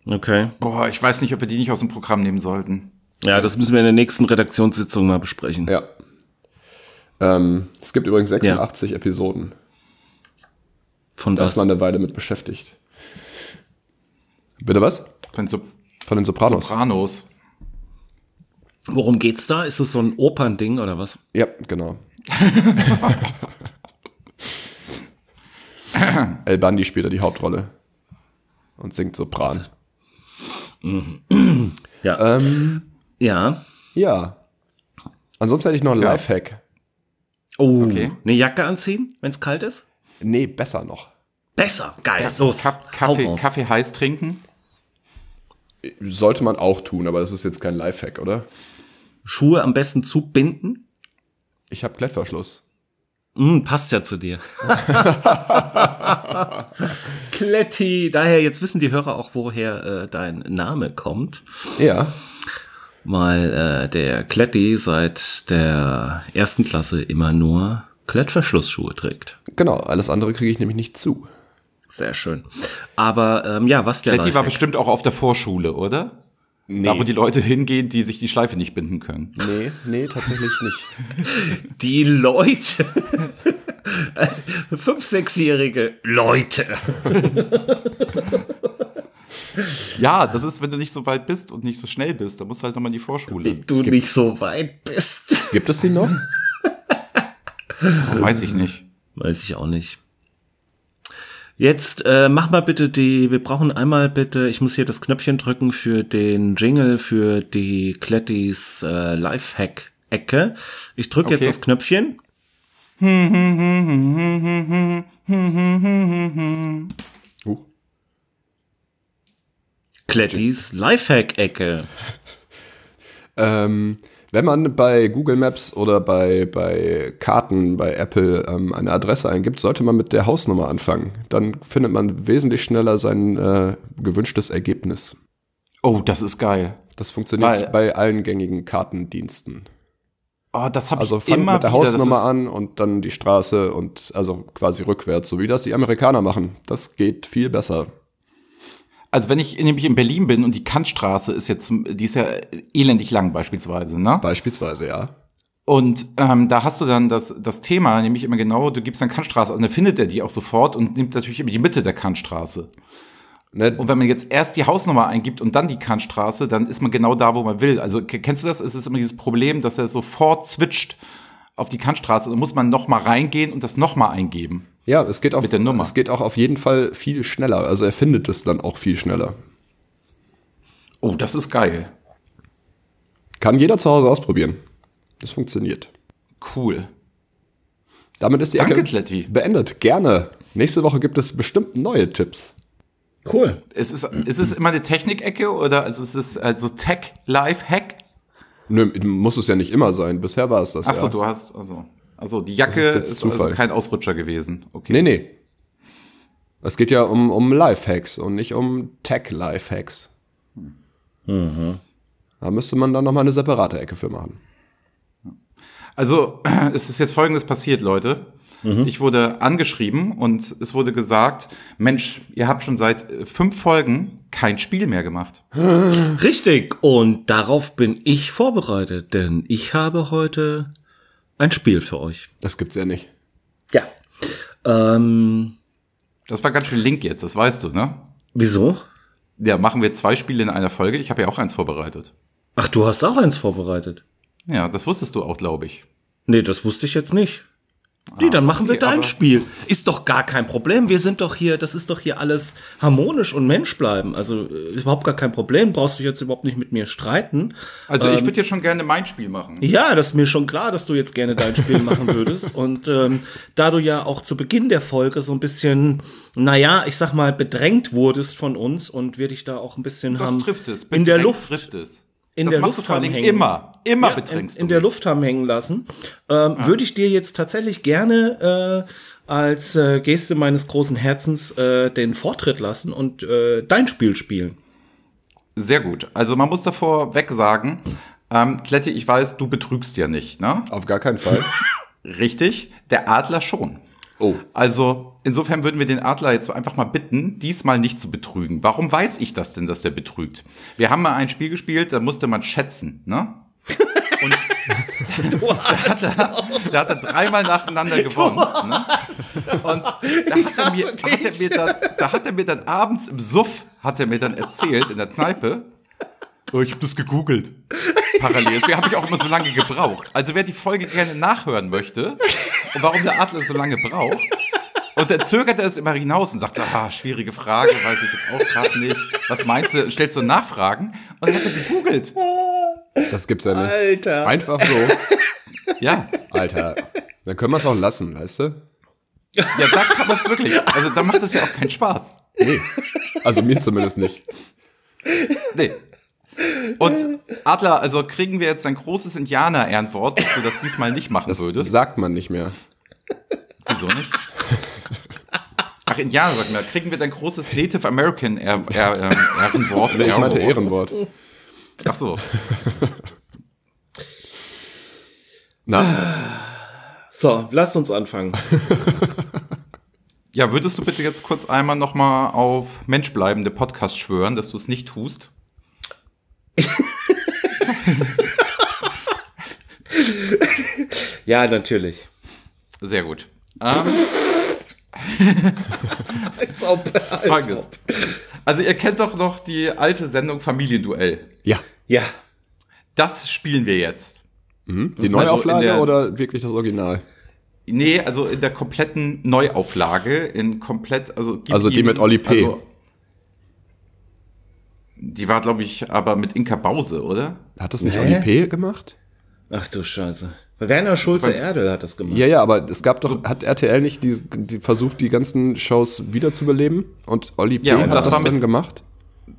Speaker 1: Okay.
Speaker 3: Boah, ich weiß nicht, ob wir die nicht aus dem Programm nehmen sollten.
Speaker 1: Ja, das müssen wir in der nächsten Redaktionssitzung mal besprechen.
Speaker 4: Ja. Ähm, es gibt übrigens 86 ja. Episoden.
Speaker 1: Von was? Da
Speaker 4: ist man eine Weile mit beschäftigt. Bitte was?
Speaker 3: Von, so
Speaker 4: Von den Sopranos.
Speaker 3: Sopranos.
Speaker 1: Worum geht's da? Ist es so ein Opernding oder was?
Speaker 4: Ja, *laughs* genau. El Bandi spielt da die Hauptrolle und singt Sopran.
Speaker 1: ja. Ähm, ja.
Speaker 4: Ja. Ansonsten hätte ich noch einen ja. Lifehack.
Speaker 1: Oh, okay. eine Jacke anziehen, wenn es kalt ist?
Speaker 4: Nee, besser noch.
Speaker 1: Besser, geil. Besser. Los.
Speaker 3: Ka Kaffee, Kaffee heiß trinken?
Speaker 4: sollte man auch tun, aber das ist jetzt kein Lifehack, oder?
Speaker 1: Schuhe am besten zubinden?
Speaker 4: Ich habe Klettverschluss.
Speaker 1: Mm, passt ja zu *laughs* dir. Kletti, daher jetzt wissen die Hörer auch, woher äh, dein Name kommt.
Speaker 4: Ja.
Speaker 1: Weil äh, der Kletti seit der ersten Klasse immer nur Klettverschlussschuhe trägt.
Speaker 4: Genau, alles andere kriege ich nämlich nicht zu.
Speaker 1: Sehr schön. Aber ähm, ja, was der
Speaker 3: Kletti war bestimmt auch auf der Vorschule, oder? Nee. Da, wo die Leute hingehen, die sich die Schleife nicht binden können.
Speaker 4: Nee, nee, tatsächlich nicht.
Speaker 1: Die Leute. *laughs* Fünf-, sechsjährige Leute.
Speaker 3: ja, das ist, wenn du nicht so weit bist und nicht so schnell bist, dann musst du halt nochmal in die Vorschule.
Speaker 4: *laughs*
Speaker 1: Wenn du Gibt nicht so weit bist.
Speaker 4: Gibt es sie noch?
Speaker 3: Weiß ich nicht.
Speaker 1: Weiß ich auch nicht. Jetzt äh, mach mal bitte die, wir brauchen einmal bitte, ich muss hier das Knöpfchen drücken für den Jingle für die Klettis äh, Lifehack-Ecke. Ich drücke
Speaker 3: Okay.
Speaker 1: jetzt das Knöpfchen.
Speaker 4: Uh,
Speaker 1: Klettis Lifehack-Ecke.
Speaker 4: Ähm, wenn man bei Google Maps oder bei, bei Karten bei Apple ähm, eine Adresse eingibt, sollte man mit der Hausnummer anfangen. Dann findet man wesentlich schneller sein äh, gewünschtes Ergebnis.
Speaker 3: Oh, das ist geil.
Speaker 4: Das funktioniert
Speaker 3: Weil-
Speaker 4: bei allen gängigen Kartendiensten.
Speaker 3: Oh, das habe
Speaker 4: Also
Speaker 3: ich
Speaker 4: fang
Speaker 3: immer
Speaker 4: mit der
Speaker 3: wieder.
Speaker 4: Hausnummer
Speaker 3: das
Speaker 4: an und dann die Straße und also quasi rückwärts, so wie das die Amerikaner machen. Das geht viel besser.
Speaker 3: ist, also wenn ich nämlich in Berlin bin und die Kantstraße ist jetzt, die ist ja elendig lang beispielsweise, ne?
Speaker 4: Beispielsweise, ja.
Speaker 3: Und ähm, da hast du dann das, das Thema, nämlich immer genau, du gibst dann Kantstraße an, dann findet er die auch sofort und nimmt natürlich immer die Mitte der Kantstraße.
Speaker 4: Ne,
Speaker 3: Und wenn man jetzt erst die Hausnummer eingibt und dann die Kantstraße, dann ist man genau da, wo man will. Also k- kennst du das? Es ist immer dieses Problem, dass er sofort switcht auf die Kantstraße und dann muss man nochmal reingehen und das nochmal eingeben.
Speaker 4: ja, es geht, auf,
Speaker 3: Mit der Nummer.
Speaker 4: es geht auch auf jeden Fall viel schneller. Also er findet es dann auch viel schneller.
Speaker 3: Oh, das ist geil.
Speaker 4: Kann jeder zu Hause ausprobieren. Das funktioniert.
Speaker 3: Cool.
Speaker 4: Damit ist die
Speaker 3: Danke,
Speaker 4: Ecke
Speaker 3: Kletti.
Speaker 4: beendet. Gerne. Nächste Woche gibt es bestimmt neue Tipps.
Speaker 1: Cool.
Speaker 3: Es ist, es ist immer eine Technikecke oder also es ist also Tech Life Hack.
Speaker 4: Nö, muss es ja nicht immer sein. Bisher war es das.
Speaker 3: Achso,
Speaker 4: ja.
Speaker 3: du hast also also die Jacke
Speaker 4: Das ist jetzt
Speaker 3: ist, also
Speaker 4: Zufall.
Speaker 3: kein Ausrutscher gewesen. Okay.
Speaker 4: Nee, nee. Es geht ja um, um Lifehacks und nicht um Tech-Lifehacks. Da müsste man dann nochmal eine separate Ecke für machen.
Speaker 3: Also, *clears throat* es ist jetzt Folgendes passiert, Leute.
Speaker 4: Mhm.
Speaker 3: Ich wurde angeschrieben und es wurde gesagt, Mensch, ihr habt schon seit äh, fünf Folgen kein Spiel mehr gemacht.
Speaker 1: Richtig. Und darauf bin ich vorbereitet, denn ich habe heute ein Spiel für euch.
Speaker 4: Das gibt's ja nicht.
Speaker 1: Ja. Ähm,
Speaker 3: Das war ganz schön link jetzt, das weißt du, ne?
Speaker 1: wieso?
Speaker 3: Ja, machen wir zwei Spiele in einer Folge. Ich habe ja auch eins vorbereitet.
Speaker 1: Ach, du hast auch eins vorbereitet.
Speaker 3: Ja, das wusstest du auch, glaube ich.
Speaker 1: Nee, das wusste ich jetzt nicht. Nee, dann machen wir
Speaker 3: Ah, okay,
Speaker 1: dein
Speaker 3: aber-
Speaker 1: Spiel. Ist doch gar kein Problem. Wir sind doch hier, das ist doch hier alles harmonisch und Mensch bleiben. Also äh, überhaupt gar kein Problem. Brauchst du jetzt überhaupt nicht mit mir streiten.
Speaker 3: Also,
Speaker 4: Ähm.
Speaker 3: ich würde jetzt schon gerne mein Spiel machen.
Speaker 1: Ja, das ist mir schon klar, dass du jetzt gerne dein Spiel
Speaker 3: *laughs*
Speaker 1: machen würdest. Und ähm, da du ja auch zu Beginn der Folge so ein bisschen, naja, ich sag mal, bedrängt wurdest von uns und wir dich da auch ein bisschen haben.
Speaker 3: Das trifft es.
Speaker 1: Ähm, in der
Speaker 3: Bedrängt
Speaker 1: Luft.
Speaker 3: trifft es.
Speaker 1: in
Speaker 3: das
Speaker 1: der
Speaker 3: machst
Speaker 1: Luft
Speaker 3: du vor allen
Speaker 1: haben
Speaker 3: Dingen
Speaker 1: hängen.
Speaker 3: immer. Immer
Speaker 1: Ja,
Speaker 3: bedrängst
Speaker 1: in, in
Speaker 3: du
Speaker 1: der
Speaker 3: mich. Ah.
Speaker 1: Luft haben hängen lassen. Ähm, Würde ich dir jetzt tatsächlich gerne äh, als äh, Geste meines großen Herzens äh, den Vortritt lassen und äh, dein Spiel spielen.
Speaker 3: Sehr gut. Also, man muss davor weg sagen, ähm, Klette, ich weiß, du betrügst ja nicht, ne?
Speaker 4: Auf gar keinen Fall.
Speaker 3: Richtig, der Adler schon.
Speaker 4: Oh.
Speaker 3: Also insofern würden wir den Adler jetzt einfach mal bitten, diesmal nicht zu betrügen. Warum weiß ich das denn, dass der betrügt? Wir haben mal ein Spiel gespielt, da musste man schätzen, ne? Und *laughs* da, hat er, da hat er dreimal nacheinander gewonnen. Ne? Und da hat, er mir, hat er mir dann, da hat er mir dann abends im Suff, hat er mir dann erzählt in der Kneipe, oh, ich habe das gegoogelt parallel. Deswegen habe ich auch immer so lange gebraucht. Also wer die Folge gerne nachhören möchte und warum der Adler so lange braucht, und dann zögert er es immer hinaus und sagt so, ah, schwierige Frage, weiß ich jetzt auch gerade nicht. Was meinst du? Stellst du Nachfragen? Und dann hat er gegoogelt.
Speaker 4: *laughs* Das gibt's ja nicht.
Speaker 1: Alter.
Speaker 4: Einfach so.
Speaker 3: Ja,
Speaker 4: Alter. Dann können wir es auch lassen, weißt du?
Speaker 3: ja, da kann man es wirklich. Also da macht es ja auch keinen Spaß.
Speaker 4: Nee. Also mir zumindest nicht.
Speaker 3: Nee. Und Adler, also kriegen wir jetzt ein großes Indianer-Ehrenwort, dass du das diesmal nicht machen
Speaker 4: Das
Speaker 3: würdest.
Speaker 4: sagt man
Speaker 3: *laughs*
Speaker 4: nicht mehr.
Speaker 3: Wieso nicht? Ach, Indianer, sag mal, kriegen wir dein großes Native American er er ähm, Ehrenwort?
Speaker 4: Nee, ich meinte
Speaker 3: Ehrenwort.
Speaker 4: Ehrenwort.
Speaker 3: Ach so.
Speaker 4: Na,
Speaker 1: So, lasst uns anfangen.
Speaker 3: Ja, würdest du bitte jetzt kurz einmal nochmal auf menschbleibende Podcast schwören, dass du es nicht tust?
Speaker 1: Ja, natürlich.
Speaker 3: Sehr gut. Ähm,
Speaker 1: Als ob, als
Speaker 3: folgendes.
Speaker 1: ob.
Speaker 3: Also ihr kennt doch noch die alte Sendung Familienduell.
Speaker 4: ja.
Speaker 1: Ja.
Speaker 3: Das spielen wir jetzt.
Speaker 4: Die
Speaker 3: Also in
Speaker 4: Neuauflage
Speaker 3: der-
Speaker 4: oder wirklich das Original?
Speaker 3: Nee, also in der kompletten Neuauflage, in komplett, also gib
Speaker 4: Also die
Speaker 3: ihm-
Speaker 4: mit Oli P.
Speaker 3: die war, glaube ich, aber mit Inka Bause, oder?
Speaker 4: Hat das nicht
Speaker 1: Nee.
Speaker 4: Oli P. gemacht?
Speaker 1: Ach du Scheiße.
Speaker 3: Also
Speaker 1: Werner Schulze
Speaker 3: war-
Speaker 1: Erdel hat das gemacht.
Speaker 4: Ja, ja, aber es gab doch, hat RTL nicht die, die versucht, die ganzen Shows wiederzubeleben? Und Oli P.
Speaker 3: Ja, und
Speaker 4: hat
Speaker 3: das
Speaker 4: das,
Speaker 3: war mit-
Speaker 4: dann gemacht?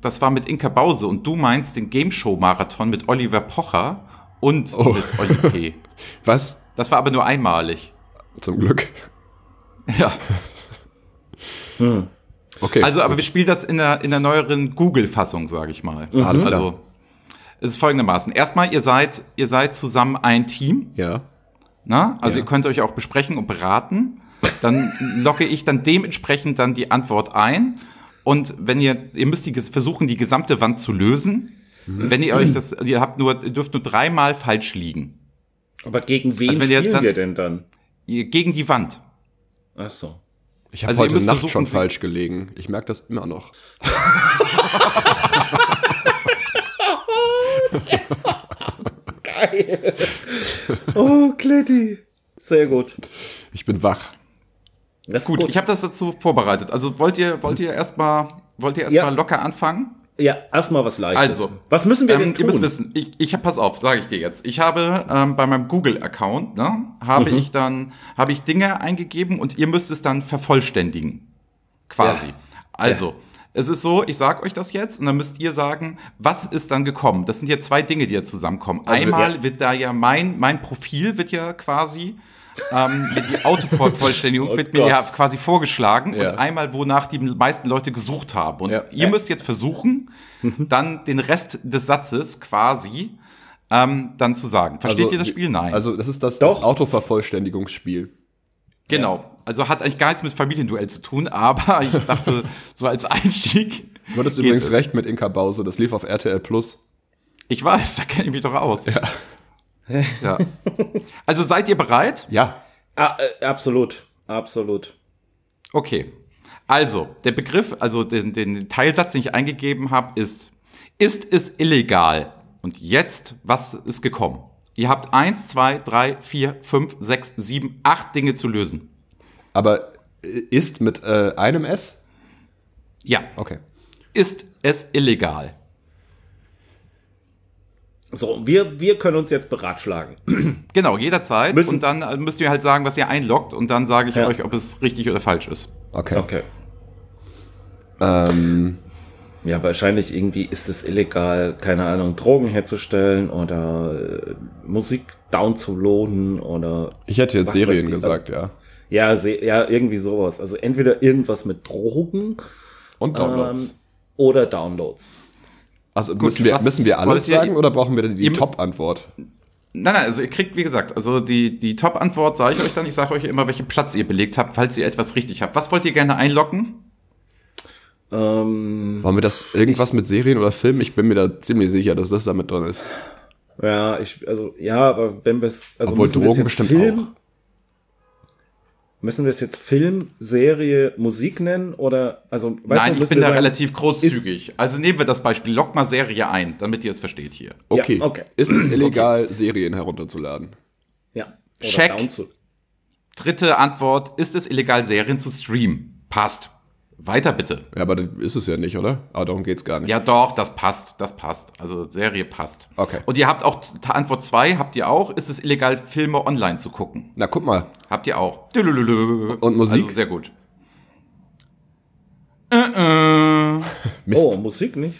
Speaker 3: Das war mit Inka Bause und du meinst den Game Show Marathon mit Oliver Pocher und
Speaker 4: Oh.
Speaker 3: mit Oli P.
Speaker 4: Was?
Speaker 3: Das war aber nur einmalig.
Speaker 4: Zum Glück.
Speaker 3: Ja. *laughs*
Speaker 4: Okay.
Speaker 3: Also, aber wir spielen das in der, in der neueren Google-Fassung, sage ich mal.
Speaker 4: Mhm. Alles klar.
Speaker 3: Also, es ist folgendermaßen. Erstmal, ihr seid, ihr seid zusammen ein Team.
Speaker 4: ja.
Speaker 3: Na? Also
Speaker 4: Ja.
Speaker 3: ihr könnt euch auch besprechen und beraten. Dann locke ich dann dementsprechend dann die Antwort ein. Und wenn ihr, ihr müsst die, ges- versuchen, die gesamte Wand zu lösen. Wenn ihr euch das, ihr habt nur, ihr dürft nur dreimal falsch liegen.
Speaker 1: Aber gegen wen
Speaker 3: Also wenn ihr
Speaker 1: spielen
Speaker 3: dann-
Speaker 1: wir denn dann?
Speaker 3: Ihr- Gegen die Wand.
Speaker 1: Ach so.
Speaker 4: Ich habe
Speaker 3: Also ihr
Speaker 4: heute
Speaker 3: müsst
Speaker 4: Nacht
Speaker 3: versuchen,
Speaker 4: schon
Speaker 3: sie-
Speaker 4: falsch gelegen. Ich merke das immer noch.
Speaker 1: Geil. *laughs* Oh, Kletti. Sehr gut.
Speaker 4: Ich bin wach.
Speaker 1: Das ist
Speaker 3: Gut, ich habe das dazu vorbereitet. Also wollt ihr, wollt ihr erstmal, wollt ihr erstmal
Speaker 1: Ja.
Speaker 3: locker anfangen?
Speaker 1: ja, erstmal was Leichtes.
Speaker 3: Also,
Speaker 1: was müssen wir denn
Speaker 3: Ähm,
Speaker 1: tun?
Speaker 3: ihr müsst wissen, ich, ich hab, pass auf, sage ich dir jetzt. Ich habe ähm, bei meinem Google-Account, ne, habe
Speaker 1: Mhm.
Speaker 3: ich dann, habe ich Dinge eingegeben und ihr müsst es dann vervollständigen. Quasi.
Speaker 1: Ja.
Speaker 3: Also, es ist so, ich sag euch das jetzt und dann müsst ihr sagen, was ist dann gekommen? Das sind ja zwei Dinge, die ja zusammenkommen.
Speaker 1: Also,
Speaker 3: Einmal
Speaker 1: ja.
Speaker 3: wird da ja mein, mein Profil wird ja quasi, ähm, mit die Autovollständigung
Speaker 1: *laughs* Oh
Speaker 3: wird mir
Speaker 1: Gott.
Speaker 3: ja quasi vorgeschlagen
Speaker 4: Ja.
Speaker 3: und einmal, wonach die meisten Leute gesucht haben. Und
Speaker 4: Ja.
Speaker 3: ihr müsst jetzt versuchen, dann den Rest des Satzes quasi ähm, dann zu sagen. Versteht ihr das Spiel? Nein.
Speaker 4: Also, das ist das,
Speaker 1: Doch.
Speaker 4: das Autovervollständigungsspiel.
Speaker 3: genau. Also hat eigentlich gar nichts mit Familienduell zu tun, aber ich
Speaker 4: *laughs*
Speaker 3: dachte, so als Einstieg.
Speaker 4: Du hattest
Speaker 3: geht
Speaker 4: übrigens
Speaker 3: es.
Speaker 4: recht mit Inka Bause. Das lief auf RTL Plus.
Speaker 3: Ich weiß, da kenne ich mich doch aus. Ja. *laughs* ja. Also seid ihr bereit?
Speaker 4: Ja.
Speaker 1: Ah, äh, absolut, absolut.
Speaker 3: Okay. Also, der Begriff, also den, den Teilsatz, den ich eingegeben habe, ist, ist es illegal? Und jetzt, was ist gekommen? Ihr habt eins, zwei, drei, vier, fünf, sechs, sieben, acht Dinge zu lösen.
Speaker 4: Aber ist mit äh, einem S?
Speaker 3: Ja.
Speaker 4: Okay.
Speaker 3: Ist es illegal?
Speaker 1: So, wir, wir können uns jetzt beratschlagen.
Speaker 3: Genau, jederzeit.
Speaker 1: Müssen-
Speaker 3: und dann äh, müsst ihr halt sagen, was ihr einloggt. Und dann sage ich
Speaker 1: Ja.
Speaker 3: euch, ob es richtig oder falsch ist.
Speaker 4: Okay.
Speaker 1: Okay.
Speaker 4: Ähm,
Speaker 1: Ja, wahrscheinlich irgendwie ist es illegal, keine Ahnung, Drogen herzustellen oder äh, Musik downzuladen oder
Speaker 4: ich hätte jetzt
Speaker 1: Was weiß
Speaker 4: Serien
Speaker 3: also
Speaker 1: ich,
Speaker 4: gesagt, ja.
Speaker 1: ja, se- ja, irgendwie sowas. Also entweder irgendwas mit Drogen
Speaker 4: Und Downloads.
Speaker 1: ähm, oder Downloads.
Speaker 4: also müssen, wir,
Speaker 3: was
Speaker 4: müssen wir alles
Speaker 3: wollt ihr-
Speaker 4: sagen oder brauchen wir denn die
Speaker 3: Ihr-
Speaker 4: Top-Antwort?
Speaker 3: Nein, nein, also ihr kriegt, wie gesagt, also die, die Top-Antwort sage ich euch dann. Ich sage euch immer, welchen Platz ihr belegt habt, falls ihr etwas richtig habt. Was wollt ihr gerne einloggen?
Speaker 1: Ähm,
Speaker 4: Wollen wir das irgendwas mit Serien oder Filmen? Ich bin mir da ziemlich sicher, dass das damit drin ist.
Speaker 1: ja, ich, also ja, aber wenn wir es, also
Speaker 4: Obwohl
Speaker 1: müssen wir es
Speaker 4: Drogen
Speaker 1: jetzt
Speaker 4: bestimmt
Speaker 1: Film, müssen wir es jetzt Film, Serie, Musik nennen oder also weißt
Speaker 3: Nein,
Speaker 1: du,
Speaker 3: ich
Speaker 1: müssen
Speaker 3: bin
Speaker 1: wir
Speaker 3: da
Speaker 1: sagen-
Speaker 3: relativ großzügig. also nehmen wir das Beispiel. Lockt mal Serie ein, damit ihr es versteht hier.
Speaker 1: Ja,
Speaker 4: Okay.
Speaker 1: okay.
Speaker 3: *clears throat*
Speaker 4: Ist es illegal, Serien herunterzuladen?
Speaker 1: ja, oder
Speaker 3: Check.
Speaker 1: downzul-
Speaker 3: Dritte Antwort: Ist es illegal, Serien zu streamen? Passt. Weiter bitte.
Speaker 4: Ja, aber dann ist es ja nicht, oder? Aber darum geht's gar nicht.
Speaker 3: Ja, doch, das passt. Das passt. Also Serie passt.
Speaker 4: Okay.
Speaker 3: Und ihr habt auch t- Antwort 2, habt ihr auch, ist es illegal, Filme online zu gucken?
Speaker 4: Na, guck mal.
Speaker 3: Habt ihr auch. Dülülülü.
Speaker 4: Und Musik?
Speaker 3: Also sehr gut. Äh, äh.
Speaker 4: Mist.
Speaker 1: Oh, Musik nicht.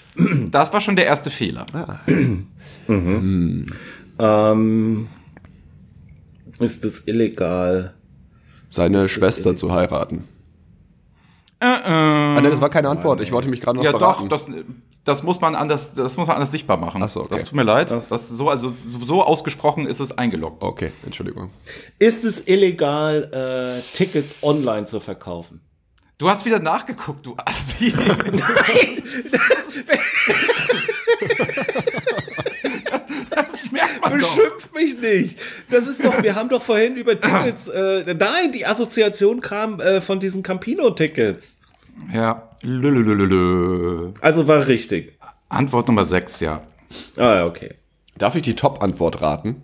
Speaker 3: Das war schon der erste Fehler.
Speaker 1: Ähm, ist es illegal?
Speaker 4: Seine Schwester zu heiraten. Ah, nein, das war keine Antwort. Ich wollte mich gerade noch
Speaker 3: Äh, Ja, doch,
Speaker 4: verraten.
Speaker 3: das, das, muss man anders, das muss man anders sichtbar machen.
Speaker 4: Ach so, okay.
Speaker 3: Das tut mir leid.
Speaker 1: Das-
Speaker 3: Das, so, also, so ausgesprochen ist es eingeloggt.
Speaker 4: Okay, Entschuldigung.
Speaker 1: Ist es illegal, äh, Tickets online zu
Speaker 3: *laughs*
Speaker 1: verkaufen?
Speaker 3: Du hast wieder nachgeguckt, du Assi. *laughs* das merkt man doch.
Speaker 1: Beschimpf mich nicht! Das ist doch, wir haben doch vorhin über Tickets, äh, nein, die Assoziation kam äh, von diesen Campino-Tickets.
Speaker 3: Ja. Lülülülülü.
Speaker 1: Also war richtig.
Speaker 3: Antwort Nummer 6, ja.
Speaker 1: Ah, okay.
Speaker 4: Darf ich die Top-Antwort raten?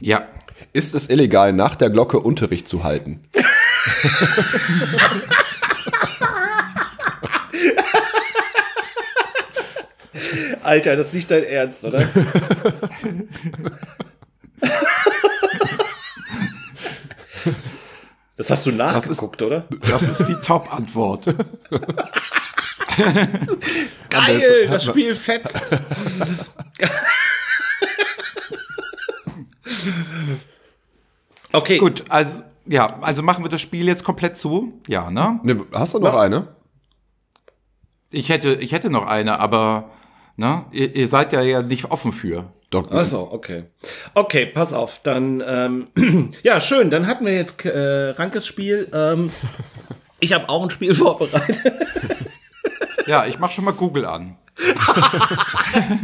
Speaker 3: Ja.
Speaker 4: Ist es illegal, nach der Glocke Unterricht zu halten?
Speaker 1: Alter, das ist nicht dein Ernst, oder? Das hast du nachgeguckt, oder?
Speaker 3: Das ist die
Speaker 1: *laughs*
Speaker 3: Top-Antwort.
Speaker 1: Geil, das Spiel fetzt. okay.
Speaker 3: Gut, also ja, also machen wir das Spiel jetzt komplett zu. Ja, ne?
Speaker 4: Ne, hast du noch eine?
Speaker 3: Ich hätte, ich hätte noch eine, aber ne, ihr, ihr seid ja ja nicht offen für.
Speaker 4: Doch,
Speaker 1: Ach so, okay. Okay, pass auf. Dann, ähm, *clears throat* ja, schön. Dann hatten wir jetzt äh, Rankes Spiel. Ähm, ich habe auch ein Spiel *laughs* vorbereitet.
Speaker 3: Ja, ich mach schon mal Google an.
Speaker 4: *laughs*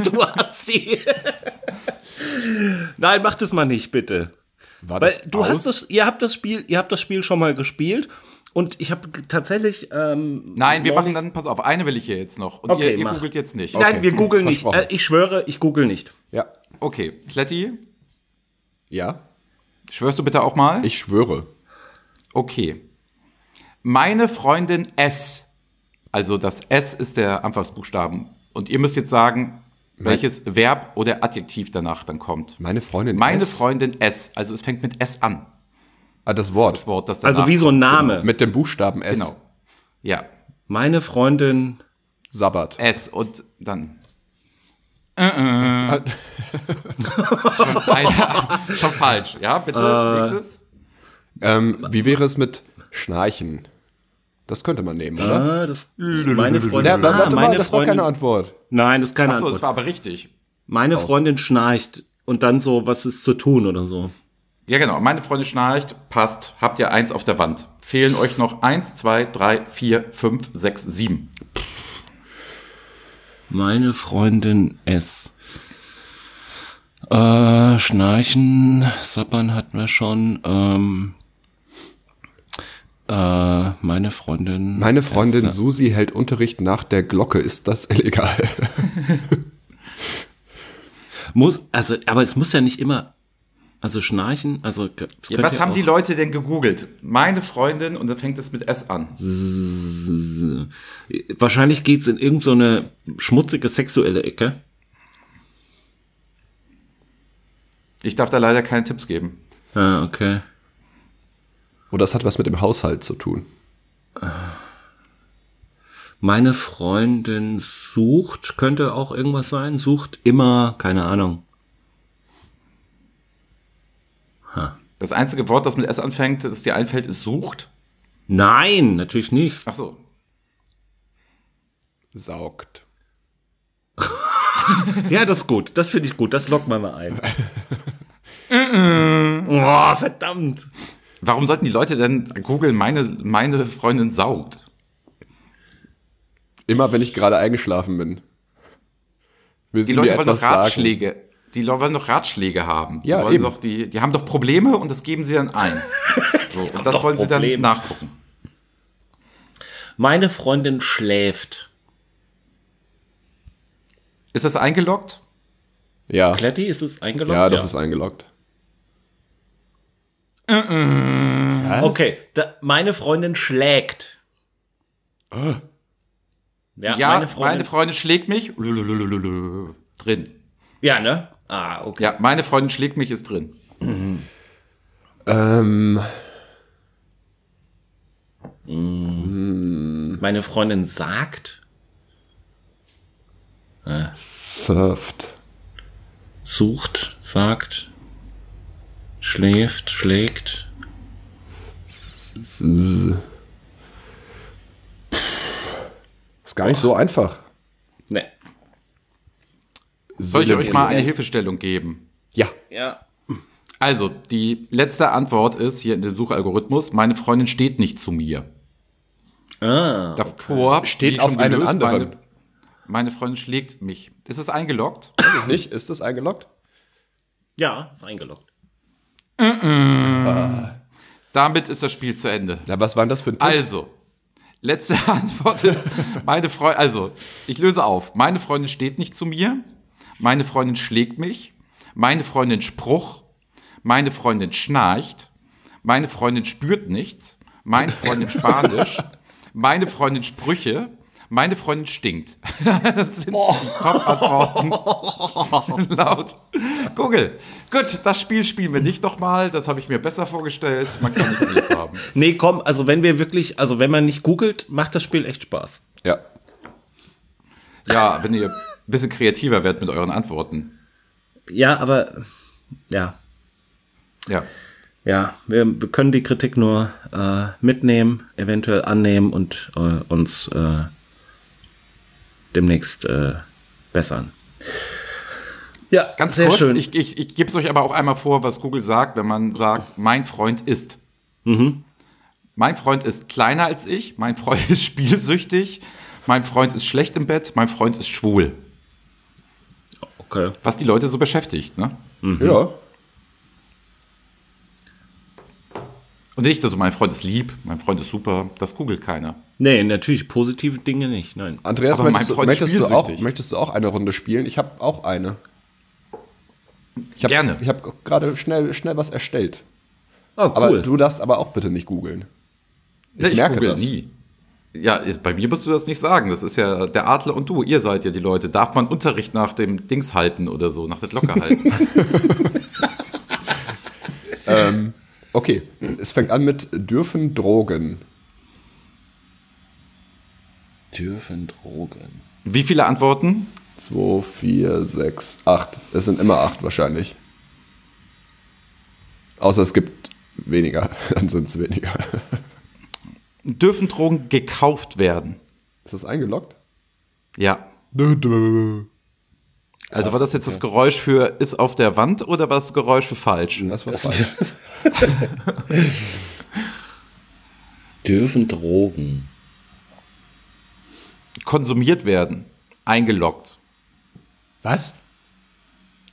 Speaker 1: Du hast die. Nein, mach das mal nicht, bitte.
Speaker 4: war
Speaker 1: Weil
Speaker 4: das
Speaker 1: du
Speaker 4: aus?
Speaker 1: hast das, ihr habt das Spiel, ihr habt das Spiel schon mal gespielt und ich habe tatsächlich. Ähm,
Speaker 3: Nein, wir
Speaker 1: neulich-
Speaker 3: machen dann, pass auf, eine will ich hier jetzt noch. Und
Speaker 1: Okay,
Speaker 3: ihr, ihr
Speaker 1: mach.
Speaker 3: googelt jetzt nicht.
Speaker 1: Nein, wir googeln nicht.
Speaker 4: Versprochen.
Speaker 1: Äh, ich schwöre, ich google nicht.
Speaker 4: Ja.
Speaker 3: Okay, Kletti,
Speaker 4: Ja.
Speaker 3: schwörst du bitte auch mal?
Speaker 4: Ich schwöre.
Speaker 3: Okay. Meine Freundin S. Also das S ist der Anfangsbuchstaben. Und ihr müsst jetzt sagen, welches Verb oder Adjektiv danach dann kommt.
Speaker 4: Meine Freundin.
Speaker 3: Meine
Speaker 4: S-
Speaker 3: Freundin S. Also es fängt mit S an.
Speaker 4: Ah, das Wort.
Speaker 3: Das Wort, das danach
Speaker 1: Also wie so ein Name.
Speaker 4: Ah, Mit dem Buchstaben S.
Speaker 3: Genau. Ja,
Speaker 1: Meine Freundin.
Speaker 4: Sabbat.
Speaker 3: S und dann.
Speaker 1: Ähm.
Speaker 3: Äh, äh. Alter, *laughs* schon falsch. Ja, bitte. Nächstes.
Speaker 4: *laughs* Ähm, wie wäre es mit Schnarchen? Das könnte man nehmen, oder?
Speaker 1: Ah, das, meine Freundin.
Speaker 4: Ja,
Speaker 1: ah,
Speaker 4: warte mal,
Speaker 1: meine
Speaker 4: das war
Speaker 1: Freundin.
Speaker 4: keine Antwort.
Speaker 1: Nein, das ist keine
Speaker 3: Achso,
Speaker 1: Antwort.
Speaker 3: es war aber richtig.
Speaker 1: Meine Freundin schnarcht und dann so, was ist zu tun oder so.
Speaker 3: Ja, genau. Meine Freundin schnarcht. Passt. Habt ihr eins auf der Wand. Fehlen euch noch eins, zwei, drei, vier, fünf, sechs, sieben.
Speaker 1: Meine Freundin S. Äh, Schnarchen, Sappern hatten wir schon. Ähm, äh, meine Freundin.
Speaker 4: Meine Freundin Susi hält Unterricht nach der Glocke. Ist das *laughs* illegal?
Speaker 1: Muss, also, aber es muss ja nicht immer. Also Schnarchen, also. es könnte
Speaker 3: Was
Speaker 1: ja
Speaker 3: haben
Speaker 1: auch-
Speaker 3: die Leute denn gegoogelt? Meine Freundin und dann fängt es mit S an.
Speaker 1: Wahrscheinlich geht's in irgendeine schmutzige sexuelle Ecke.
Speaker 3: Ich darf da leider keine Tipps geben.
Speaker 1: Ah, okay.
Speaker 4: Oder es hat was mit dem Haushalt zu tun?
Speaker 1: Meine Freundin sucht, könnte auch irgendwas sein, sucht immer, keine Ahnung.
Speaker 3: Das einzige Wort, das mit S anfängt, das dir einfällt, ist sucht.
Speaker 1: Nein, natürlich nicht.
Speaker 3: Ach so.
Speaker 4: Saugt.
Speaker 1: Ja, das ist gut, das finde ich gut, das lockt man mal ein. oh, verdammt.
Speaker 3: Warum sollten die Leute denn googeln, meine, meine Freundin saugt?
Speaker 4: Immer wenn ich gerade eingeschlafen bin. Will
Speaker 3: Die
Speaker 4: sie
Speaker 3: Leute
Speaker 4: mir
Speaker 3: wollen doch
Speaker 4: etwas sagen?
Speaker 3: Ratschläge. Die Leute wollen doch Ratschläge haben.
Speaker 4: Ja,
Speaker 3: die, wollen
Speaker 4: eben.
Speaker 3: Doch die, die haben doch Probleme und das geben sie dann
Speaker 4: *laughs*
Speaker 3: ein. So, und das
Speaker 1: doch
Speaker 3: wollen sie
Speaker 1: Probleme.
Speaker 3: dann nachgucken.
Speaker 1: Meine Freundin schläft.
Speaker 3: Ist das eingeloggt?
Speaker 4: Ja.
Speaker 1: Kletti, ist es eingeloggt?
Speaker 4: ja, das ist eingeloggt.
Speaker 1: Okay, da, meine Freundin schlägt.
Speaker 4: Äh.
Speaker 1: Ja,
Speaker 3: Ja, meine Freundin, schlägt mich. Lululululu. Drin.
Speaker 1: Ja, ne? Ah, okay.
Speaker 3: Ja, meine Freundin schlägt mich ist drin.
Speaker 4: Ähm, Mhm.
Speaker 1: Meine Freundin sagt,
Speaker 4: surft.
Speaker 1: sucht, sagt, schläft, schlägt.
Speaker 4: Ist gar nicht so einfach.
Speaker 1: Ne.
Speaker 3: Soll ich euch mal eine
Speaker 4: Syllabus.
Speaker 3: Hilfestellung geben?
Speaker 4: Ja.
Speaker 1: Ja.
Speaker 3: Also, die letzte Antwort ist hier in dem Suchalgorithmus: Meine Freundin steht nicht zu mir.
Speaker 1: Ah.
Speaker 3: Davor
Speaker 4: Steht
Speaker 3: die schon
Speaker 4: auf einem
Speaker 3: gelöst,
Speaker 4: anderen.
Speaker 3: Meine, meine Freundin schlägt mich. Ist es eingeloggt?
Speaker 4: Ist nicht? Ist das eingeloggt?
Speaker 1: Ja, ist eingeloggt.
Speaker 3: Damit ist das Spiel zu Ende.
Speaker 4: Na, was war denn das für ein Tipp?
Speaker 3: Also, letzte *laughs* Antwort ist, meine Freundin, also, ich löse auf. Meine Freundin steht nicht zu mir. Meine Freundin schlägt mich. Meine Freundin Spruch. meine Freundin schnarcht, meine Freundin spürt nichts, meine
Speaker 4: *laughs*
Speaker 3: Freundin Spanisch, meine Freundin Sprüche, meine Freundin stinkt. *laughs* Das sind
Speaker 4: Oh.
Speaker 3: die Top-Antworten. *laughs* Laut Google. Gut, das Spiel spielen wir nicht nochmal. Das habe ich mir besser vorgestellt. Man kann nicht alles haben.
Speaker 1: Nee, komm, also wenn wir wirklich, also wenn man nicht googelt, macht das Spiel echt Spaß.
Speaker 4: Ja.
Speaker 3: Ja, wenn ihr ein bisschen kreativer werdet mit euren Antworten.
Speaker 1: Ja, aber ja,
Speaker 3: Ja.
Speaker 1: ja, wir, wir können die Kritik nur äh, mitnehmen, eventuell annehmen und äh, uns äh, demnächst äh, bessern. Ja,
Speaker 3: Ganz kurz, ich, ich, ich gebe es euch aber auch einmal vor, was Google sagt, wenn man sagt, mein Freund ist.
Speaker 4: Mhm.
Speaker 3: Mein Freund ist kleiner als ich, mein Freund *laughs* ist spielsüchtig, mein Freund ist schlecht im Bett, mein Freund ist schwul.
Speaker 1: okay.
Speaker 3: Was die Leute so beschäftigt, ne?
Speaker 4: Ja.
Speaker 3: Und nicht, also mein Freund ist lieb, mein Freund ist super, das googelt keiner.
Speaker 1: Nee, natürlich positive Dinge nicht. Nein.
Speaker 4: Andreas,
Speaker 3: Aber mein
Speaker 4: möchtest, du-
Speaker 3: Freund
Speaker 4: möchtest, du auch,
Speaker 3: spielsüchtig.
Speaker 4: möchtest du auch eine Runde spielen? Ich habe auch eine. Ich hab,
Speaker 3: Gerne.
Speaker 4: Ich habe gerade schnell, schnell was erstellt.
Speaker 1: Oh, cool.
Speaker 4: Aber du darfst aber auch bitte nicht googeln.
Speaker 3: Ja, Ich,
Speaker 4: merke
Speaker 3: google
Speaker 4: das.
Speaker 3: nie. Ja, ist- bei mir musst du das nicht sagen. Das ist ja der Adler und du, ihr seid ja die Leute. Darf man Unterricht nach dem Dings halten oder so, nach der
Speaker 4: *laughs*
Speaker 3: Glocke halten?
Speaker 4: Okay, es fängt an mit dürfen Drogen.
Speaker 1: Dürfen Drogen.
Speaker 3: Wie viele Antworten?
Speaker 4: 2, 4, 6, 8. Es sind immer 8 wahrscheinlich. Außer es gibt weniger, *laughs* dann sind es weniger.
Speaker 3: Dürfen Drogen gekauft werden?
Speaker 4: Ist das eingeloggt?
Speaker 3: Ja.
Speaker 4: Dö, dö.
Speaker 3: Also war das jetzt das Geräusch für ist auf der Wand oder war das Geräusch für falsch?
Speaker 4: Das war falsch.
Speaker 1: *laughs* Dürfen Drogen.
Speaker 3: Konsumiert werden. Eingeloggt.
Speaker 4: Was?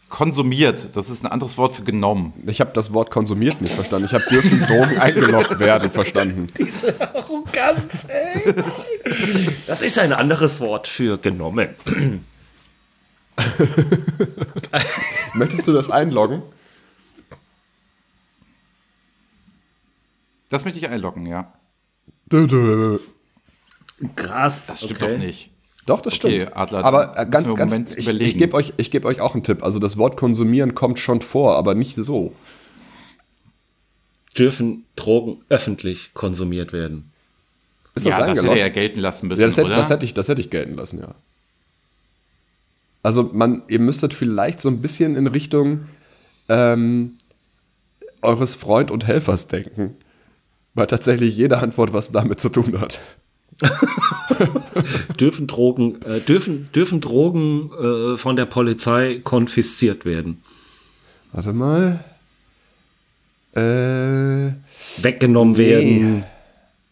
Speaker 3: Konsumiert, das ist ein anderes Wort für genommen.
Speaker 4: Ich habe das Wort konsumiert nicht verstanden. Ich habe dürfen Drogen eingeloggt werden verstanden.
Speaker 1: Arroganz, ey. Das ist ein anderes Wort für genommen.
Speaker 4: Möchtest du das einloggen?
Speaker 3: Das möchte ich einloggen, ja.
Speaker 4: Dö, dö.
Speaker 1: Krass.
Speaker 3: Das stimmt
Speaker 1: okay.
Speaker 3: doch nicht.
Speaker 4: Doch, das
Speaker 3: Okay,
Speaker 4: stimmt.
Speaker 3: Adler,
Speaker 4: aber äh,
Speaker 3: müssen
Speaker 4: ganz,
Speaker 3: wir im
Speaker 4: ganz,
Speaker 3: Moment
Speaker 4: ich, ich
Speaker 3: überlegen.
Speaker 4: gebe euch, ich geb euch auch einen Tipp. Also das Wort konsumieren kommt schon vor, aber nicht so.
Speaker 1: Dürfen Drogen öffentlich konsumiert werden?
Speaker 4: Ist das
Speaker 3: Ja, das hätte
Speaker 4: eingeloggt?
Speaker 3: er ja gelten lassen müssen,
Speaker 4: Ja, das hätte,
Speaker 3: oder?
Speaker 4: das, hätte ich, das hätte ich gelten lassen, ja. Also man, ihr müsstet vielleicht so ein bisschen in Richtung ähm, eures Freund und Helfers denken. Weil tatsächlich jede Antwort was damit zu tun hat.
Speaker 1: Dürfen Drogen, äh, dürfen, dürfen Drogen äh, von der Polizei konfisziert werden?
Speaker 4: Warte mal. Äh,
Speaker 1: Weggenommen werden?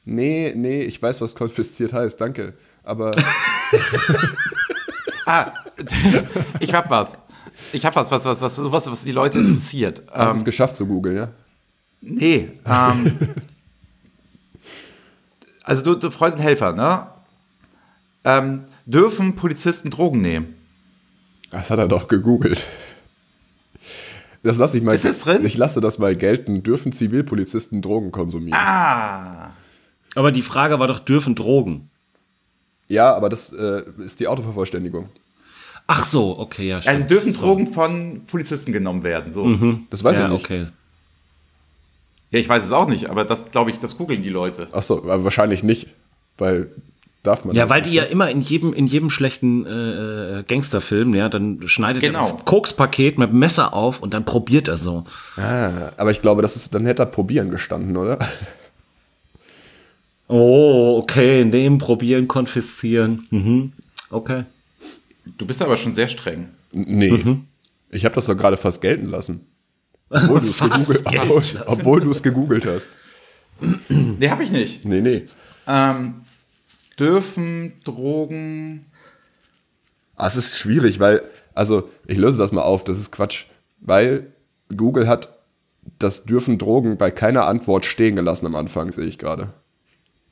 Speaker 4: nee, nee, ich weiß, was konfisziert heißt, danke. *laughs* Aber
Speaker 3: Ah, ich hab was. Ich hab was, was, was, was, was, was die
Speaker 4: *clears throat*
Speaker 3: Leute interessiert.
Speaker 4: hast es
Speaker 3: Ähm,
Speaker 4: geschafft zu googeln, ja?
Speaker 3: nee. Ähm, also du, du Freund und Helfer, ne? Ähm, dürfen Polizisten Drogen nehmen?
Speaker 4: Das hat er doch gegoogelt. Das lasse ich mal.
Speaker 3: Ist es drin?
Speaker 4: Ich lasse das mal gelten. Dürfen Zivilpolizisten Drogen konsumieren?
Speaker 1: Aber die Frage war doch, dürfen Drogen?
Speaker 4: Ja, aber das äh, ist die Autovervollständigung.
Speaker 1: Ach so, okay, ja, stimmt.
Speaker 3: Also dürfen Drogen von Polizisten genommen werden? So.
Speaker 4: Das Also, weiß
Speaker 1: ja,
Speaker 4: ich nicht.
Speaker 1: okay.
Speaker 3: Ja, ich weiß es auch nicht, aber das glaube ich, das googeln die Leute.
Speaker 4: Achso, wahrscheinlich nicht, weil darf man
Speaker 1: Ja,
Speaker 4: nicht.
Speaker 1: weil die ja immer in jedem, in jedem schlechten äh, äh, Gangsterfilm, ja, dann schneidet er
Speaker 3: Genau.
Speaker 1: das Kokspaket mit dem Messer auf und dann probiert er so.
Speaker 4: Aber ich glaube, das ist, dann hätte er probieren gestanden, oder? *laughs*
Speaker 1: Oh, okay, nehmen, probieren, konfiszieren. Mhm. Okay.
Speaker 3: Du bist aber schon sehr streng.
Speaker 4: Nee.
Speaker 1: Mhm.
Speaker 4: Ich habe das doch gerade fast gelten lassen.
Speaker 1: *laughs*
Speaker 4: Obwohl du es gegoogelt, obwohl, obwohl du es gegoogelt hast.
Speaker 3: Nee, hab ich nicht.
Speaker 4: Nee, nee.
Speaker 3: Ähm, dürfen Drogen.
Speaker 4: Ah, es ist schwierig, weil, also, ich löse das mal auf, das ist Quatsch. Weil Google hat das dürfen Drogen bei keiner Antwort stehen gelassen am Anfang, sehe ich gerade.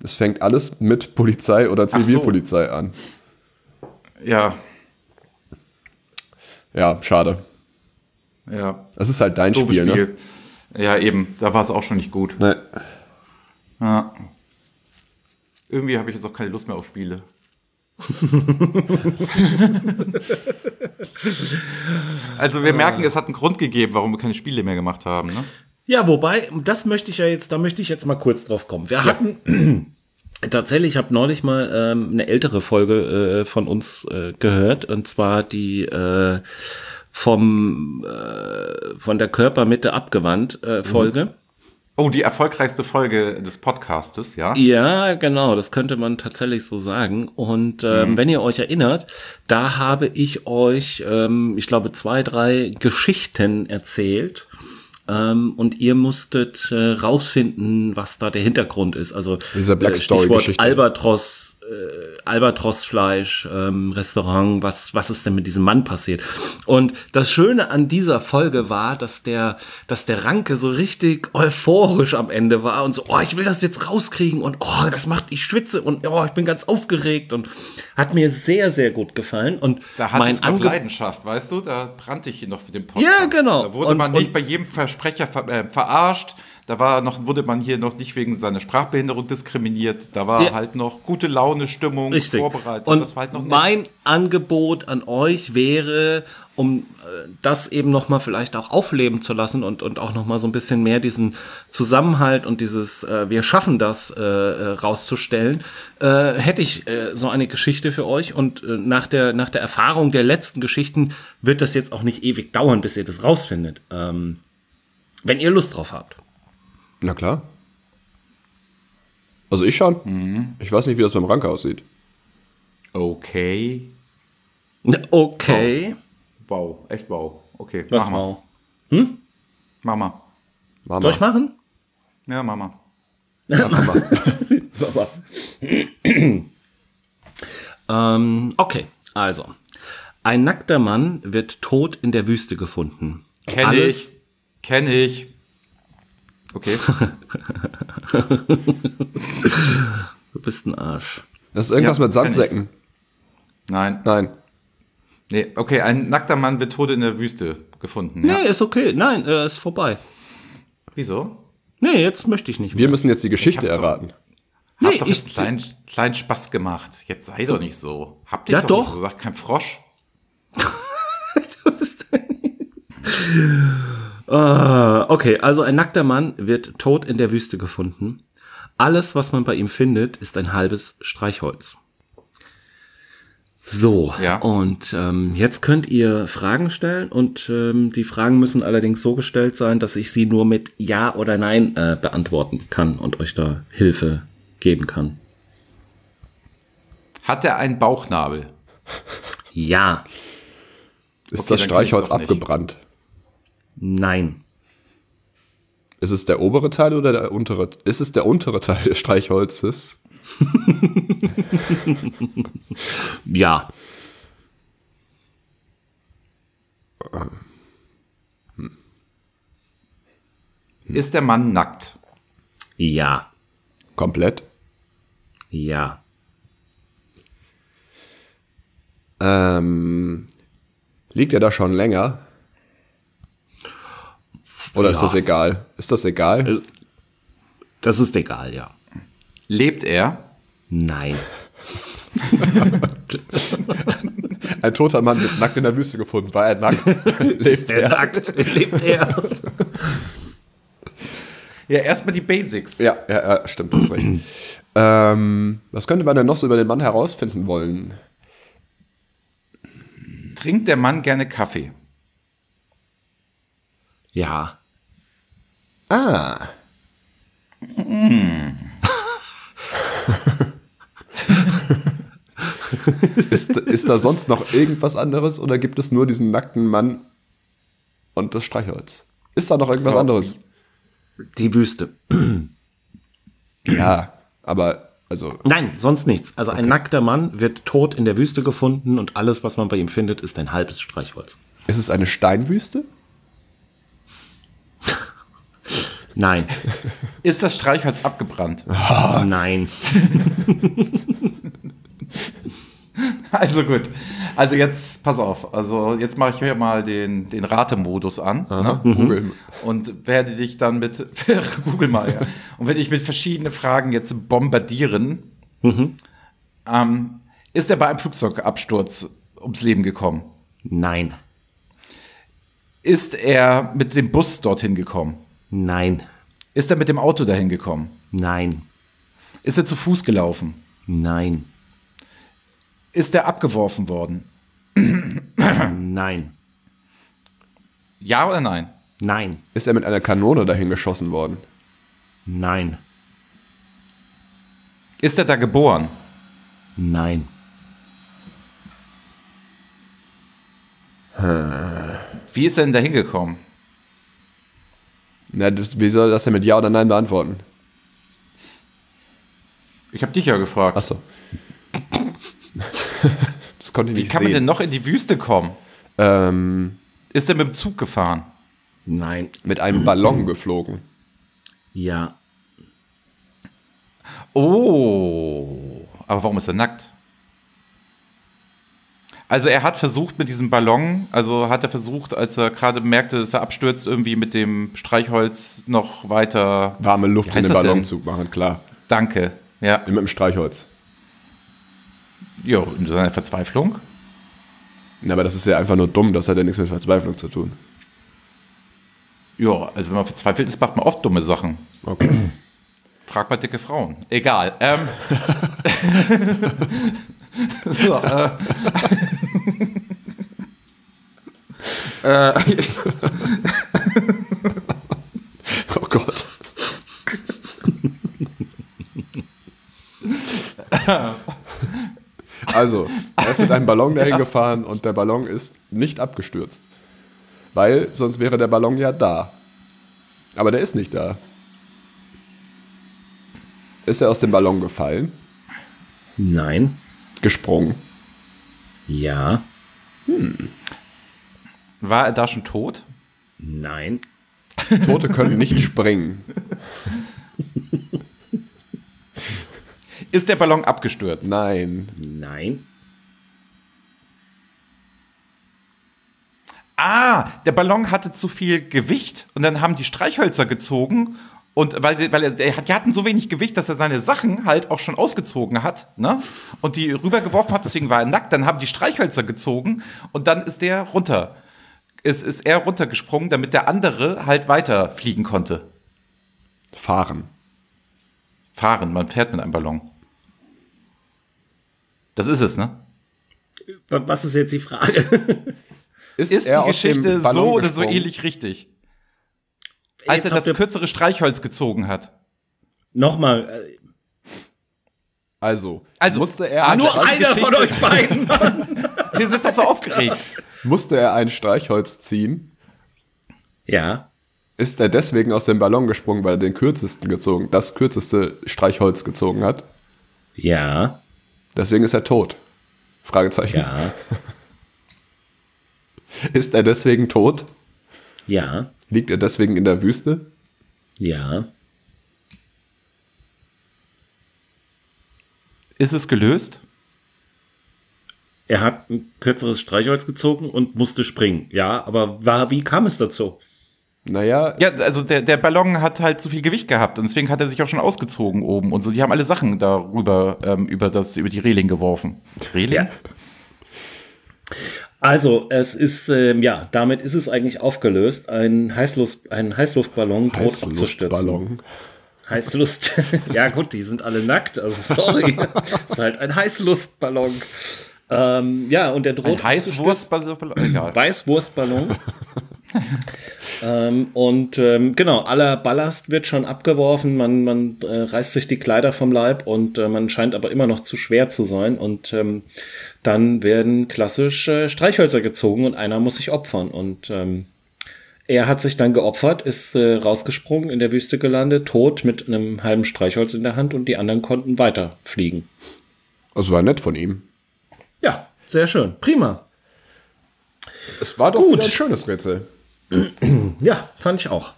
Speaker 4: Es fängt alles mit Polizei oder
Speaker 3: so.
Speaker 4: Zivilpolizei an.
Speaker 3: Ja.
Speaker 4: Ja, schade.
Speaker 3: Ja.
Speaker 4: Das ist halt dein
Speaker 3: Doofes
Speaker 4: Spiel, ne?
Speaker 3: Spiel. Ja, eben. Da war es auch schon nicht gut.
Speaker 4: Nee.
Speaker 3: Ja. Irgendwie habe ich jetzt auch keine Lust mehr
Speaker 1: *laughs*
Speaker 3: auf Spiele.
Speaker 1: Äh.
Speaker 3: also wir merken, es hat einen Grund gegeben, warum wir keine Spiele mehr gemacht haben. Ne?
Speaker 1: Ja, wobei, das möchte ich ja jetzt, da möchte ich jetzt mal kurz drauf kommen. Wir hatten *clears throat* tatsächlich, ich habe neulich mal ähm, eine ältere Folge äh, von uns äh, gehört, und zwar die äh, vom äh, von der Körpermitte abgewandt äh, Folge.
Speaker 3: Oh, die erfolgreichste Folge des Podcastes, ja?
Speaker 1: Ja, genau, das könnte man tatsächlich so sagen. Und ähm, wenn ihr euch erinnert, da habe ich euch, ähm, ich glaube, zwei, drei Geschichten erzählt. Ähm, und ihr musstet äh, rausfinden, was da der Hintergrund ist. Also
Speaker 4: Diese Black
Speaker 1: äh,
Speaker 4: Story
Speaker 1: Stichwort
Speaker 4: Geschichte.
Speaker 1: Albatros, äh, Albatrosfleisch, ähm, Restaurant, was, was ist denn mit diesem Mann passiert? Und das Schöne an dieser Folge war, dass der, dass der Ranke so richtig euphorisch am Ende war und so, oh, ich will das jetzt rauskriegen und oh, das macht, ich schwitze und oh, ich bin ganz aufgeregt und hat mir sehr, sehr gut gefallen. Und
Speaker 3: Da hatte ich noch
Speaker 1: Ange-
Speaker 3: Leidenschaft, weißt du? Da brannte ich hier noch für den Podcast.
Speaker 1: Ja, genau.
Speaker 3: Da wurde
Speaker 1: Und-
Speaker 3: man nicht
Speaker 1: und-
Speaker 3: bei jedem Versprecher ver äh, verarscht. Da war noch, wurde man hier noch nicht wegen seiner Sprachbehinderung diskriminiert. Da war
Speaker 1: Ja.
Speaker 3: halt noch gute Laune, Stimmung,
Speaker 1: Richtig.
Speaker 3: vorbereitet.
Speaker 1: Und
Speaker 3: das war halt noch nett.
Speaker 1: mein Angebot an euch wäre, um äh, das eben nochmal vielleicht auch aufleben zu lassen und, und auch nochmal so ein bisschen mehr diesen Zusammenhalt und dieses äh, Wir schaffen das äh, äh, rauszustellen, äh, hätte ich äh, so eine Geschichte für euch. Und äh, nach, der, nach der Erfahrung der letzten Geschichten wird das jetzt auch nicht ewig dauern, bis ihr das rausfindet. Ähm, wenn ihr Lust drauf habt.
Speaker 4: Na klar. Also ich schon.
Speaker 3: Mhm.
Speaker 4: Ich weiß nicht, wie das beim Ranke aussieht.
Speaker 3: Okay.
Speaker 1: Okay.
Speaker 3: Wow, echt wow. Okay,
Speaker 1: Was
Speaker 3: mach mal. Hm?
Speaker 1: mau.
Speaker 3: Mach mal.
Speaker 4: Mama.
Speaker 1: Soll ich machen?
Speaker 3: Ja, mach mal.
Speaker 1: Ähm, okay, also. Ein nackter Mann wird tot in der Wüste gefunden.
Speaker 3: Kenn
Speaker 1: Alles-
Speaker 3: ich. Kenn ich. Okay. *laughs*
Speaker 1: Du bist ein Arsch.
Speaker 4: Das ist irgendwas
Speaker 3: Ja,
Speaker 4: mit Sandsäcken.
Speaker 3: Nein.
Speaker 4: Nein.
Speaker 3: Nee, okay, ein nackter Mann wird tot in der Wüste gefunden. Ja.
Speaker 1: Nee, ist okay. Nein, äh, ist vorbei.
Speaker 3: Wieso?
Speaker 1: Nee, jetzt möchte ich nicht mehr.
Speaker 4: Wir müssen jetzt die Geschichte
Speaker 3: hab doch-
Speaker 4: erraten.
Speaker 3: Hab
Speaker 1: Nee,
Speaker 3: doch
Speaker 1: ich-
Speaker 3: jetzt einen kleinen, kleinen Spaß gemacht. Jetzt sei doch nicht so. Habt ihr
Speaker 1: Ja,
Speaker 3: doch,
Speaker 1: doch.
Speaker 3: nicht so gesagt, kein Frosch.
Speaker 1: Ah, okay, also ein nackter Mann wird tot in der Wüste gefunden. Alles, was man bei ihm findet, ist ein halbes Streichholz. So,
Speaker 3: Ja.
Speaker 1: und ähm, jetzt könnt ihr Fragen stellen und ähm, die Fragen müssen allerdings so gestellt sein, dass ich sie nur mit Ja oder Nein äh, beantworten kann und euch da Hilfe geben kann.
Speaker 3: Hat er einen Bauchnabel?
Speaker 1: Ja,
Speaker 4: Ist
Speaker 3: Okay,
Speaker 4: das
Speaker 3: dann kenn ich's
Speaker 4: Streichholz
Speaker 3: doch nicht.
Speaker 4: abgebrannt?
Speaker 1: nein.
Speaker 4: Ist es der obere Teil oder der untere? Ist es der untere Teil des Streichholzes?
Speaker 1: Ja. Hm.
Speaker 3: Ist der Mann nackt?
Speaker 1: Ja.
Speaker 4: Komplett?
Speaker 1: Ja.
Speaker 4: Ähm, liegt er da schon länger? Oder ist das egal? Ist das
Speaker 1: Also-
Speaker 4: egal?
Speaker 1: Das ist egal, ja.
Speaker 3: Lebt er?
Speaker 1: Nein.
Speaker 4: Ein toter Mann wird nackt in der Wüste gefunden. War
Speaker 1: *laughs*
Speaker 4: er nackt? Lebt
Speaker 1: Der *laughs*
Speaker 4: er?
Speaker 1: nackt lebt er.
Speaker 3: Ja, erstmal die Basics.
Speaker 4: Ja, ja, ja, stimmt, du hast recht. ähm, was könnte man denn noch so über den Mann herausfinden wollen?
Speaker 3: Trinkt der Mann gerne Kaffee?
Speaker 1: Ja.
Speaker 4: Ah, ist, ist da sonst noch irgendwas anderes oder gibt es nur diesen nackten Mann und das Streichholz? Ist da noch irgendwas anderes?
Speaker 1: Die Wüste.
Speaker 4: Ja, aber also
Speaker 1: Nein, sonst nichts. Also ein nackter Mann wird tot in der Wüste gefunden und alles, was man bei ihm findet, ist ein halbes Streichholz.
Speaker 4: ist es eine Steinwüste?
Speaker 1: Nein,
Speaker 3: Ist das Streichholz abgebrannt?
Speaker 1: Ah. nein.
Speaker 3: Also gut. Also jetzt, pass auf, also jetzt mache ich hier mal den, den Ratemodus an.
Speaker 4: Aha,
Speaker 3: Ne?
Speaker 4: Google.
Speaker 3: Und werde dich dann mit *laughs* Google mal, ja. Und werde dich mit verschiedenen Fragen jetzt bombardieren. Ähm, ist er bei einem Flugzeugabsturz ums Leben gekommen?
Speaker 1: Nein.
Speaker 3: Ist er mit dem Bus dorthin gekommen?
Speaker 1: Nein.
Speaker 3: Ist er mit dem Auto dahin gekommen?
Speaker 1: Nein.
Speaker 3: Ist er zu Fuß gelaufen?
Speaker 1: Nein.
Speaker 3: Ist er abgeworfen worden?
Speaker 1: Nein.
Speaker 3: Ja oder nein?
Speaker 1: Nein.
Speaker 4: Ist er mit einer Kanone dahin geschossen worden?
Speaker 1: Nein.
Speaker 3: Ist er da geboren?
Speaker 1: Nein.
Speaker 3: Wie ist er denn da hingekommen?
Speaker 4: Na, das, wie soll das denn mit Ja oder Nein beantworten?
Speaker 3: Ich habe dich ja gefragt.
Speaker 4: Achso. *laughs* das konnte ich
Speaker 3: Wie
Speaker 4: nicht
Speaker 3: kann man denn
Speaker 4: sehen.
Speaker 3: noch in die Wüste kommen?
Speaker 4: Ähm,
Speaker 3: Ist er mit dem Zug gefahren?
Speaker 1: Nein.
Speaker 4: mit einem Ballon geflogen.
Speaker 1: Ja.
Speaker 3: Oh, aber warum ist er nackt? Also er hat versucht mit diesem Ballon, also hat er versucht, als er gerade merkte, dass er abstürzt, irgendwie mit dem Streichholz noch weiter.
Speaker 4: Warme Luft
Speaker 3: heißt
Speaker 4: in den
Speaker 3: das denn?
Speaker 4: Ballonzug machen, klar.
Speaker 3: Danke. Ja,
Speaker 4: Mit dem Streichholz.
Speaker 3: jo, in seiner Verzweiflung.
Speaker 4: Na, aber das ist ja einfach nur dumm, das hat ja nichts mit Verzweiflung zu tun.
Speaker 3: Ja, also wenn man verzweifelt ist, macht man oft dumme Sachen.
Speaker 4: Okay.
Speaker 3: Frag mal dicke Frauen. Egal. Ähm. so, äh.
Speaker 4: Oh Gott. also, er ist mit einem Ballon dahin gefahren und der Ballon ist nicht abgestürzt. Weil sonst wäre der Ballon ja da. Aber der ist nicht da. Ist er aus dem Ballon gefallen?
Speaker 1: Nein.
Speaker 4: Gesprungen?
Speaker 1: Ja.
Speaker 3: War er da schon tot?
Speaker 1: Nein.
Speaker 4: Tote
Speaker 3: *laughs*
Speaker 4: können nicht springen.
Speaker 3: Ist der Ballon abgestürzt?
Speaker 4: Nein.
Speaker 1: Nein.
Speaker 3: Ah, der Ballon hatte zu viel Gewicht und dann haben die Streichhölzer gezogen. Und weil, die- weil er, der hat- die hatten so wenig Gewicht, dass er seine Sachen halt auch schon ausgezogen hat, ne? Und die rübergeworfen hat, deswegen war er nackt. Dann haben die Streichhölzer gezogen und dann ist der runter. Ist, ist er runtergesprungen, damit der andere halt weiter fliegen konnte.
Speaker 4: Fahren.
Speaker 3: Fahren, man fährt mit einem Ballon. Das ist es, ne?
Speaker 1: Wa- Was ist jetzt die Frage? *laughs*
Speaker 3: Ist die Geschichte so oder so
Speaker 4: gesprungen?
Speaker 3: ähnlich richtig? Als
Speaker 1: Jetzt
Speaker 3: er das
Speaker 1: habt ihr-
Speaker 3: kürzere Streichholz gezogen hat.
Speaker 1: Nochmal. äh,
Speaker 4: Also,
Speaker 3: Also,
Speaker 4: musste, er
Speaker 3: ah,
Speaker 4: ein,
Speaker 3: nur
Speaker 4: Streich-
Speaker 3: ein- Geschichte.
Speaker 1: euch beiden.
Speaker 3: Wir sind doch so aufgeregt.
Speaker 4: musste er ein Streichholz ziehen?
Speaker 1: *laughs* ja.
Speaker 4: Ist er deswegen aus dem Ballon gesprungen, weil er den kürzesten gezogen, das kürzeste Streichholz gezogen hat?
Speaker 1: Ja.
Speaker 4: Deswegen ist er tot. Fragezeichen.
Speaker 1: Ja.
Speaker 4: Ist er deswegen tot?
Speaker 1: Ja.
Speaker 4: Liegt er deswegen in der Wüste?
Speaker 1: Ja.
Speaker 3: Ist es gelöst?
Speaker 1: Er hat ein kürzeres Streichholz gezogen und musste springen. Ja, aber war, wie kam es dazu?
Speaker 4: Naja,
Speaker 3: Ja, also der, der Ballon hat halt zu viel Gewicht gehabt und deswegen hat er sich auch schon ausgezogen oben und so. Die haben alle Sachen darüber, ähm, über das, über die Reling geworfen. Reling?
Speaker 1: Ja. Also, es ist, ähm, ja, damit ist es eigentlich aufgelöst, einen, Heißlust, einen Heißluftballon tot abzustürzen.
Speaker 4: Heißluftballon.
Speaker 1: Heißlust. *laughs* ja, gut, die sind alle nackt, also *laughs* sorry. ist halt ein Heißlustballon. Ähm, ja, und der droht.
Speaker 3: Ein Heißwurstballon? Egal.
Speaker 1: *laughs* Weißwurstballon. ähm, und ähm, genau, aller Ballast wird schon abgeworfen, man, man äh, reißt sich die Kleider vom Leib und äh, man scheint aber immer noch zu schwer zu sein. Und ähm, dann werden klassisch äh, Streichhölzer gezogen und einer muss sich opfern. Und ähm, er hat sich dann geopfert, ist äh, rausgesprungen, in der Wüste gelandet, tot mit einem halben Streichholz in der Hand und die anderen konnten weiterfliegen.
Speaker 4: Das Also war nett von ihm.
Speaker 1: Ja, sehr schön. Prima.
Speaker 4: Es war doch
Speaker 1: Gut.
Speaker 4: wieder ein schönes Rätsel.
Speaker 1: Ja, fand ich auch.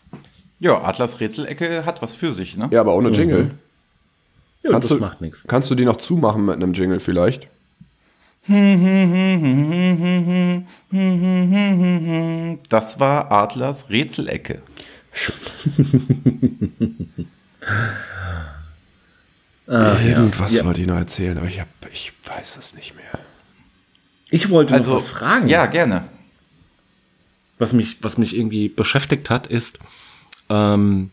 Speaker 3: Ja, Atlas Rätselecke hat was für sich, ne?
Speaker 4: Ja, aber ohne Jingle.
Speaker 1: Ja,
Speaker 4: Kannst
Speaker 1: Mhm. das
Speaker 4: du-
Speaker 1: macht nichts.
Speaker 4: Kannst du die noch zumachen mit einem Jingle vielleicht?
Speaker 3: Das war Adlers Rätselecke.
Speaker 1: Ah, ja.
Speaker 4: Irgendwas wollte ich noch erzählen, aber ich, hab, ich weiß es nicht mehr.
Speaker 1: Ich wollte
Speaker 3: Also,
Speaker 1: noch was fragen.
Speaker 3: Ja, gerne.
Speaker 1: was mich, was mich irgendwie beschäftigt hat, ist ähm,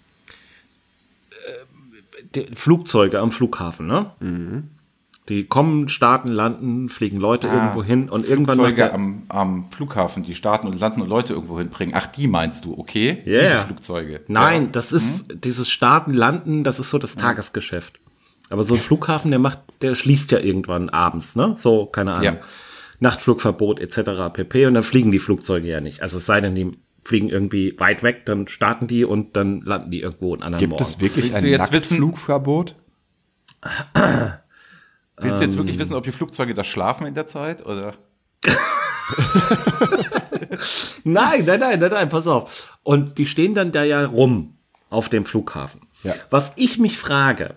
Speaker 1: äh, die Flugzeuge am Flughafen. Ne?
Speaker 3: Mhm.
Speaker 1: Die kommen, starten, landen, fliegen Leute irgendwo hin und irgendwann macht
Speaker 3: Ah. Flugzeuge
Speaker 1: der,
Speaker 3: am, am Flughafen, die starten und landen und Leute irgendwo hinbringen. Ach, die meinst du, okay?
Speaker 1: Ja,
Speaker 3: Diese
Speaker 1: ja.
Speaker 3: Flugzeuge.
Speaker 1: Nein, das ist dieses Starten, Landen, das ist so das Tagesgeschäft. Aber so ein Flughafen, der macht, der schließt ja irgendwann abends, ne? So, keine Ahnung.
Speaker 3: Ja.
Speaker 1: Nachtflugverbot etc. pp. Und dann fliegen die Flugzeuge ja nicht. Also es sei denn, die fliegen irgendwie weit weg, dann starten die und dann landen die irgendwo einen anderen
Speaker 4: Gibt
Speaker 1: Morgen.
Speaker 4: es wirklich
Speaker 3: Willst
Speaker 4: ein
Speaker 3: du jetzt wissen-
Speaker 4: Nacktflugverbot?
Speaker 3: Willst
Speaker 1: ähm,
Speaker 3: du jetzt wirklich wissen, ob die Flugzeuge da schlafen in der Zeit? Oder?
Speaker 1: Nein, nein, nein, nein, nein, pass auf. Und die stehen dann da ja rum auf dem Flughafen.
Speaker 4: Ja.
Speaker 1: Was ich mich frage,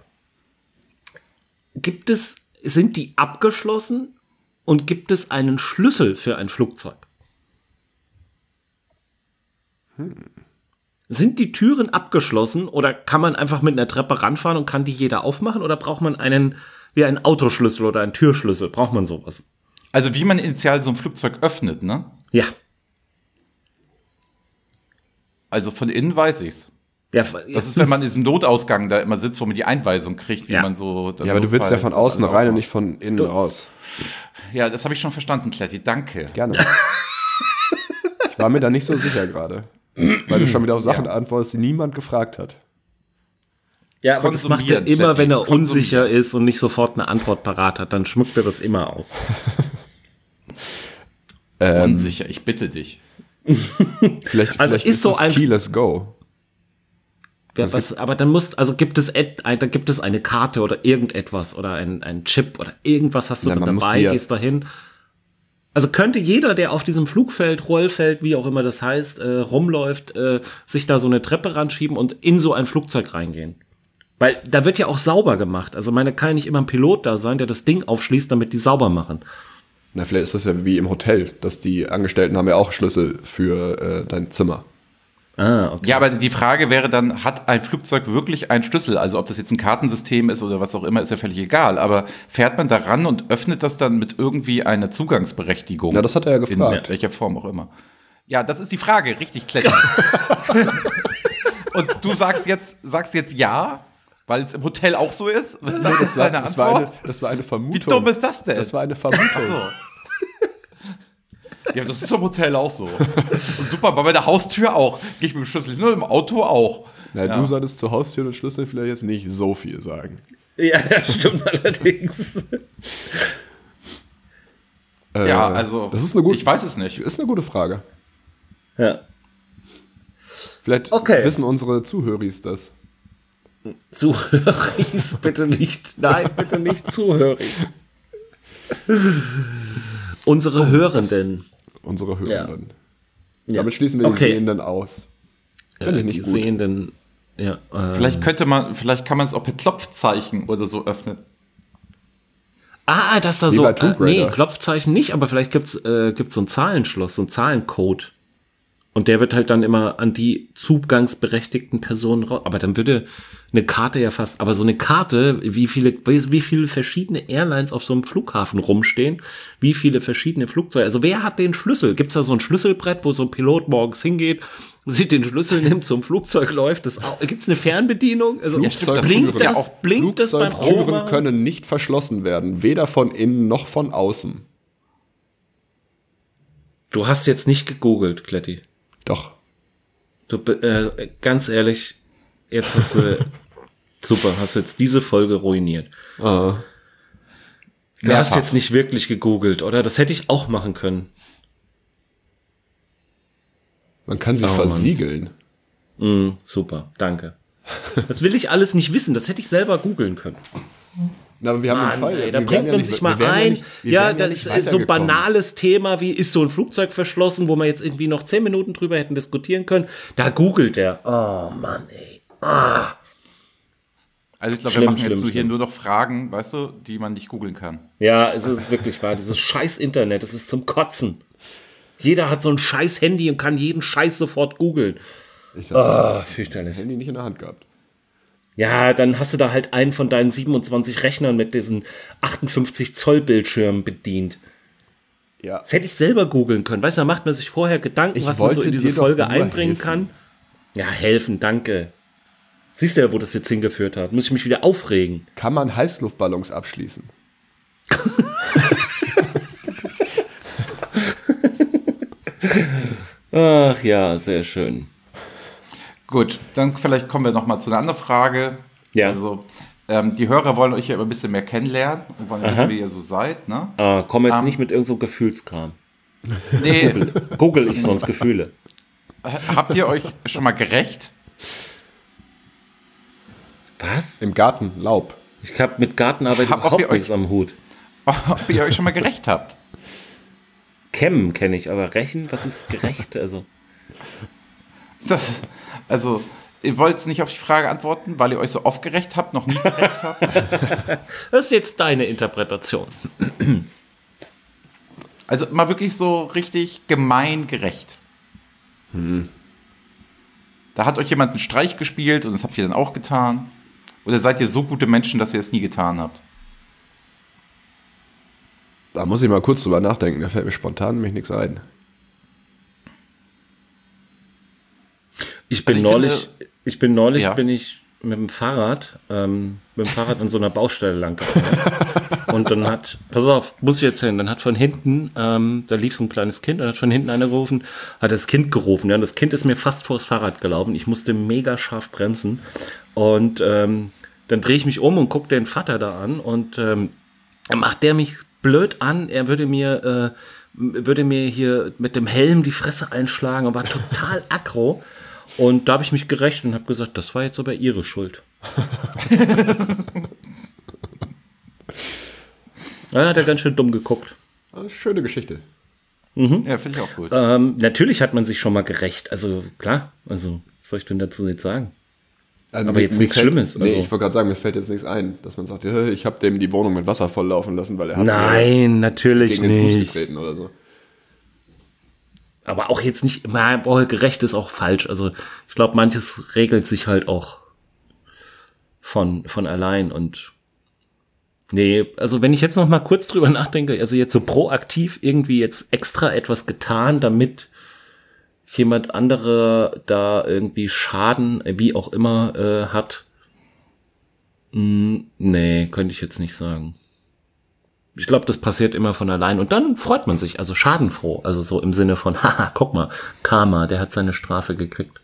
Speaker 1: gibt es, sind die abgeschlossen und gibt es einen Schlüssel für ein Flugzeug? Hm. Sind die Türen abgeschlossen oder kann man einfach mit einer Treppe ranfahren und kann die jeder aufmachen oder braucht man einen, wie einen Autoschlüssel oder einen Türschlüssel? Braucht man sowas?
Speaker 3: Also, wie man initial so ein Flugzeug öffnet, ne?
Speaker 1: Ja.
Speaker 3: Also von innen weiß ich's.
Speaker 1: ja
Speaker 3: Das ist, wenn man in diesem Notausgang da immer sitzt, wo man die Einweisung kriegt, wie
Speaker 1: Ja.
Speaker 3: man so.
Speaker 4: Ja, aber du willst ja von
Speaker 3: das
Speaker 4: außen
Speaker 3: alles
Speaker 4: rein und
Speaker 3: aufmacht.
Speaker 4: nicht von innen raus.
Speaker 3: Ja, das habe ich schon verstanden, Kletti. Danke.
Speaker 4: Gerne. ich war mir da nicht so sicher gerade. Weil du schon wieder auf Sachen antwortest, die niemand gefragt hat.
Speaker 1: Ja, aber das macht er
Speaker 3: Konsumieren,
Speaker 1: immer, wenn er
Speaker 3: Steffi, konsumieren.
Speaker 1: unsicher ist und nicht sofort eine Antwort parat hat, dann schmückt er das immer aus.
Speaker 3: Unsicher, ich bitte dich.
Speaker 4: Vielleicht,
Speaker 1: Also
Speaker 4: vielleicht
Speaker 1: ist so
Speaker 4: es
Speaker 1: ein-
Speaker 4: Keyless Go.
Speaker 1: Ja, was, aber dann muss, also gibt es, et- ein, da gibt es eine Karte oder irgendetwas oder ein, ein Chip oder irgendwas hast du
Speaker 4: Ja,
Speaker 1: dann
Speaker 4: man muss
Speaker 1: dabei,
Speaker 4: die ja-
Speaker 1: gehst dahin. Also könnte jeder, der auf diesem Flugfeld, Rollfeld, wie auch immer das heißt, äh, rumläuft, äh, sich da so eine Treppe ranschieben und in so ein Flugzeug reingehen. Weil da wird ja auch sauber gemacht. Also meine kann ja nicht immer ein Pilot da sein, der das Ding aufschließt, damit die sauber machen.
Speaker 4: Na, vielleicht ist das ja wie im Hotel, dass die Angestellten haben ja auch Schlüssel für äh, dein Zimmer.
Speaker 1: Ah, okay.
Speaker 3: Ja, aber die Frage wäre dann, hat ein Flugzeug wirklich einen Schlüssel? Also ob das jetzt ein Kartensystem ist oder was auch immer, ist ja völlig egal. Aber fährt man da ran und öffnet das dann mit irgendwie einer Zugangsberechtigung?
Speaker 4: Na, das hat er ja gefragt.
Speaker 3: In welcher Form auch immer. Ja, das ist die Frage, richtig Kletti.
Speaker 4: *laughs*
Speaker 3: und du sagst jetzt, sagst jetzt ja, weil es im Hotel auch so ist? Das, ist
Speaker 4: Das war,
Speaker 3: deine
Speaker 4: das, war eine,
Speaker 3: Antwort?
Speaker 4: das war eine Vermutung.
Speaker 3: Wie dumm ist das denn?
Speaker 4: Das war eine Vermutung.
Speaker 3: Ach
Speaker 4: *laughs*
Speaker 3: so. Ja, das ist im Hotel auch so. Und super, bei meiner Haustür auch. Gehe ich mit dem Schlüssel nur im Auto auch.
Speaker 4: Na, du solltest zu Haustüren und Schlüsseln vielleicht jetzt nicht so viel sagen.
Speaker 1: Ja, das stimmt allerdings.
Speaker 4: Äh,
Speaker 3: Ja, also
Speaker 4: Das ist eine gute,
Speaker 3: ich weiß es nicht.
Speaker 4: Ist eine gute Frage.
Speaker 1: Ja.
Speaker 4: Vielleicht
Speaker 1: Okay.
Speaker 4: wissen unsere Zuhöris das.
Speaker 1: Zuhörig, *laughs* bitte nicht. Nein, bitte nicht zuhörig. Unsere Hörenden.
Speaker 4: Unsere Hörenden.
Speaker 1: Ja.
Speaker 4: Damit schließen wir
Speaker 1: Okay. Äh,
Speaker 4: die Sehenden aus. Finde ich
Speaker 1: die
Speaker 4: nicht gut.
Speaker 1: Sehenden. Ja, äh.
Speaker 3: Vielleicht könnte man, vielleicht kann man es auch per Klopfzeichen oder so öffnen.
Speaker 1: Ah, dass da so.
Speaker 4: bei
Speaker 1: Äh,
Speaker 4: Tomb
Speaker 1: nee,
Speaker 4: Raider.
Speaker 1: Klopfzeichen nicht, aber vielleicht gibt's äh, gibt's so ein Zahlenschloss, so ein Zahlencode. Und der wird halt dann immer an die zugangsberechtigten Personen raus. Aber dann würde eine Karte ja fast, aber so eine Karte, wie viele, wie viele verschiedene Airlines auf so einem Flughafen rumstehen, wie viele verschiedene Flugzeuge. Also wer hat den Schlüssel? Gibt's da so ein Schlüsselbrett, wo so ein Pilot morgens hingeht, sieht den Schlüssel, nimmt zum Flugzeug, läuft das au- Gibt's eine Fernbedienung? Also
Speaker 3: Ja, stimmt, das
Speaker 1: blinkt
Speaker 3: muss
Speaker 1: das,
Speaker 3: es ja auch-
Speaker 1: blinkt das beim
Speaker 4: Flugzeugtüren
Speaker 1: Aufmachen?
Speaker 4: können nicht verschlossen werden, weder von innen noch von außen.
Speaker 1: Du hast jetzt nicht gegoogelt, Kletti.
Speaker 4: Doch.
Speaker 1: Du, bi- äh, ganz ehrlich, jetzt hast
Speaker 4: *laughs*
Speaker 1: du, super, hast jetzt diese Folge ruiniert.
Speaker 4: Ah.
Speaker 1: Du hast jetzt nicht wirklich gegoogelt, oder? Das hätte ich auch machen können.
Speaker 4: Man kann sie
Speaker 1: Oh, Mann.
Speaker 4: versiegeln.
Speaker 1: Mhm, super, danke. Das will ich alles nicht wissen, das hätte ich selber googeln können.
Speaker 4: Na, aber wir haben
Speaker 1: Mann,
Speaker 4: einen Fall.
Speaker 1: ey,
Speaker 4: Wir
Speaker 1: da
Speaker 4: wären
Speaker 1: bringt
Speaker 4: ja
Speaker 1: man
Speaker 4: nicht-
Speaker 1: sich
Speaker 4: wir
Speaker 1: mal
Speaker 4: wären
Speaker 1: ein.
Speaker 4: nicht- wir
Speaker 1: ja,
Speaker 4: wären
Speaker 1: das ist
Speaker 4: nicht
Speaker 1: äh, so ein
Speaker 4: weitergekommen.
Speaker 1: banales Thema wie, ist so ein Flugzeug verschlossen, wo man jetzt irgendwie noch zehn Minuten drüber hätten Ah. diskutieren können. Da googelt er. Oh Mann, ey.
Speaker 3: Also ich glaube, wir
Speaker 1: Schlimm,
Speaker 3: machen jetzt
Speaker 1: schlimm,
Speaker 3: so hier
Speaker 1: schlimm.
Speaker 3: nur noch Fragen, weißt du, die man nicht googeln kann.
Speaker 1: Ja, es ist wirklich wahr. Dieses scheiß Internet, es ist zum Kotzen. Jeder hat so ein scheiß Handy und kann jeden Scheiß sofort googeln.
Speaker 4: Ich habe
Speaker 1: Ah, fürchterlich.
Speaker 4: das Handy nicht in der Hand gehabt.
Speaker 1: Ja, dann hast du da halt einen von deinen 27 Rechnern mit diesen 58 Zoll Bildschirmen bedient.
Speaker 4: Ja.
Speaker 1: Das hätte ich selber googeln können. Weißt du, da macht man sich vorher Gedanken,
Speaker 4: Ich
Speaker 1: was man so
Speaker 4: wollte
Speaker 1: in
Speaker 4: dir
Speaker 1: diese
Speaker 4: doch
Speaker 1: Folge
Speaker 4: nur
Speaker 1: einbringen
Speaker 4: helfen.
Speaker 1: kann. Ja, helfen, danke. Siehst du ja, wo das jetzt hingeführt hat. Muss ich mich wieder aufregen.
Speaker 4: Kann man Heißluftballons abschließen?
Speaker 1: Ach ja, sehr schön.
Speaker 3: Gut, dann vielleicht kommen wir nochmal zu einer anderen Frage.
Speaker 1: Ja.
Speaker 3: Also, ähm, die Hörer wollen euch ja immer ein bisschen mehr kennenlernen und wollen wissen, wie ihr so seid, ne?
Speaker 1: Ah, komm jetzt
Speaker 3: Ähm.
Speaker 1: nicht mit irgendeinem so Gefühlskram.
Speaker 3: Nee,
Speaker 1: Google ich sonst Gefühle.
Speaker 3: habt ihr euch schon mal gerecht? *laughs*
Speaker 1: Was?
Speaker 4: Im Garten, Laub.
Speaker 1: Ich hab mit Gartenarbeit
Speaker 3: Hab- ob ihr
Speaker 1: überhaupt
Speaker 3: euch-
Speaker 1: nichts am Hut.
Speaker 3: Ob ihr euch schon mal gerecht habt?
Speaker 1: Kämmen kenne ich, aber rächen, was ist gerecht? Also,
Speaker 3: Das, also, ihr wollt nicht auf die Frage antworten, weil ihr euch so oft gerecht habt, noch nie gerecht habt?
Speaker 1: das ist jetzt deine Interpretation.
Speaker 3: Also, mal wirklich so richtig gemein gerecht. Da hat euch jemand einen Streich gespielt und das habt ihr dann auch getan? Oder seid ihr so gute Menschen, dass ihr es nie getan habt?
Speaker 4: Da muss ich mal kurz drüber nachdenken, da fällt mir spontan nämlich nichts ein.
Speaker 1: Ich bin
Speaker 3: Also ich
Speaker 1: neulich, ich bin neulich,
Speaker 3: Ja.
Speaker 1: bin ich mit dem Fahrrad, ähm, mit dem Fahrrad an so einer Baustelle lang gefahren.
Speaker 3: *laughs*
Speaker 1: und dann hat, pass auf, muss ich jetzt hin, dann hat von hinten, ähm, da lief so ein kleines Kind, dann hat von hinten einer gerufen, hat das Kind gerufen, ja, und das Kind ist mir fast vors Fahrrad gelaufen, ich musste mega scharf bremsen und, ähm, dann drehe ich mich um und gucke den Vater da an und, ähm, dann macht der mich blöd an, er würde mir, äh, würde mir hier mit dem Helm die Fresse einschlagen und war *laughs* total aggro. Und da habe ich mich gerecht und habe gesagt, das war jetzt aber ihre *laughs* Schuld. Da hat er ganz schön dumm geguckt.
Speaker 4: Ah, Schöne Geschichte.
Speaker 3: Ja, finde ich auch gut.
Speaker 1: Ähm, natürlich hat man sich schon mal gerecht. Also klar, also was soll ich denn dazu jetzt sagen?
Speaker 4: Also
Speaker 1: Aber jetzt nichts
Speaker 4: fällt,
Speaker 1: Schlimmes,
Speaker 4: Nee,
Speaker 1: also.
Speaker 4: ich wollte gerade sagen, mir fällt jetzt nichts ein, dass man sagt, "Hä, ich habe dem die Wohnung mit Wasser volllaufen lassen, weil er hat mir
Speaker 1: Nein, natürlich
Speaker 4: gegen den Fuß
Speaker 1: nicht.
Speaker 4: getreten oder so.
Speaker 1: Aber auch jetzt nicht, na, boah, gerecht ist auch falsch. Also ich glaube, manches regelt sich halt auch von, von allein und nee, also wenn ich jetzt noch mal kurz drüber nachdenke, also jetzt so proaktiv irgendwie jetzt extra etwas getan, damit jemand andere da irgendwie Schaden, äh, wie auch immer, äh, hat. Hm, nee, könnte ich jetzt nicht sagen. Ich glaube, das passiert immer von allein und dann freut man sich, also schadenfroh, also so im Sinne von, *laughs* haha, guck mal, Karma, der hat seine Strafe gekriegt.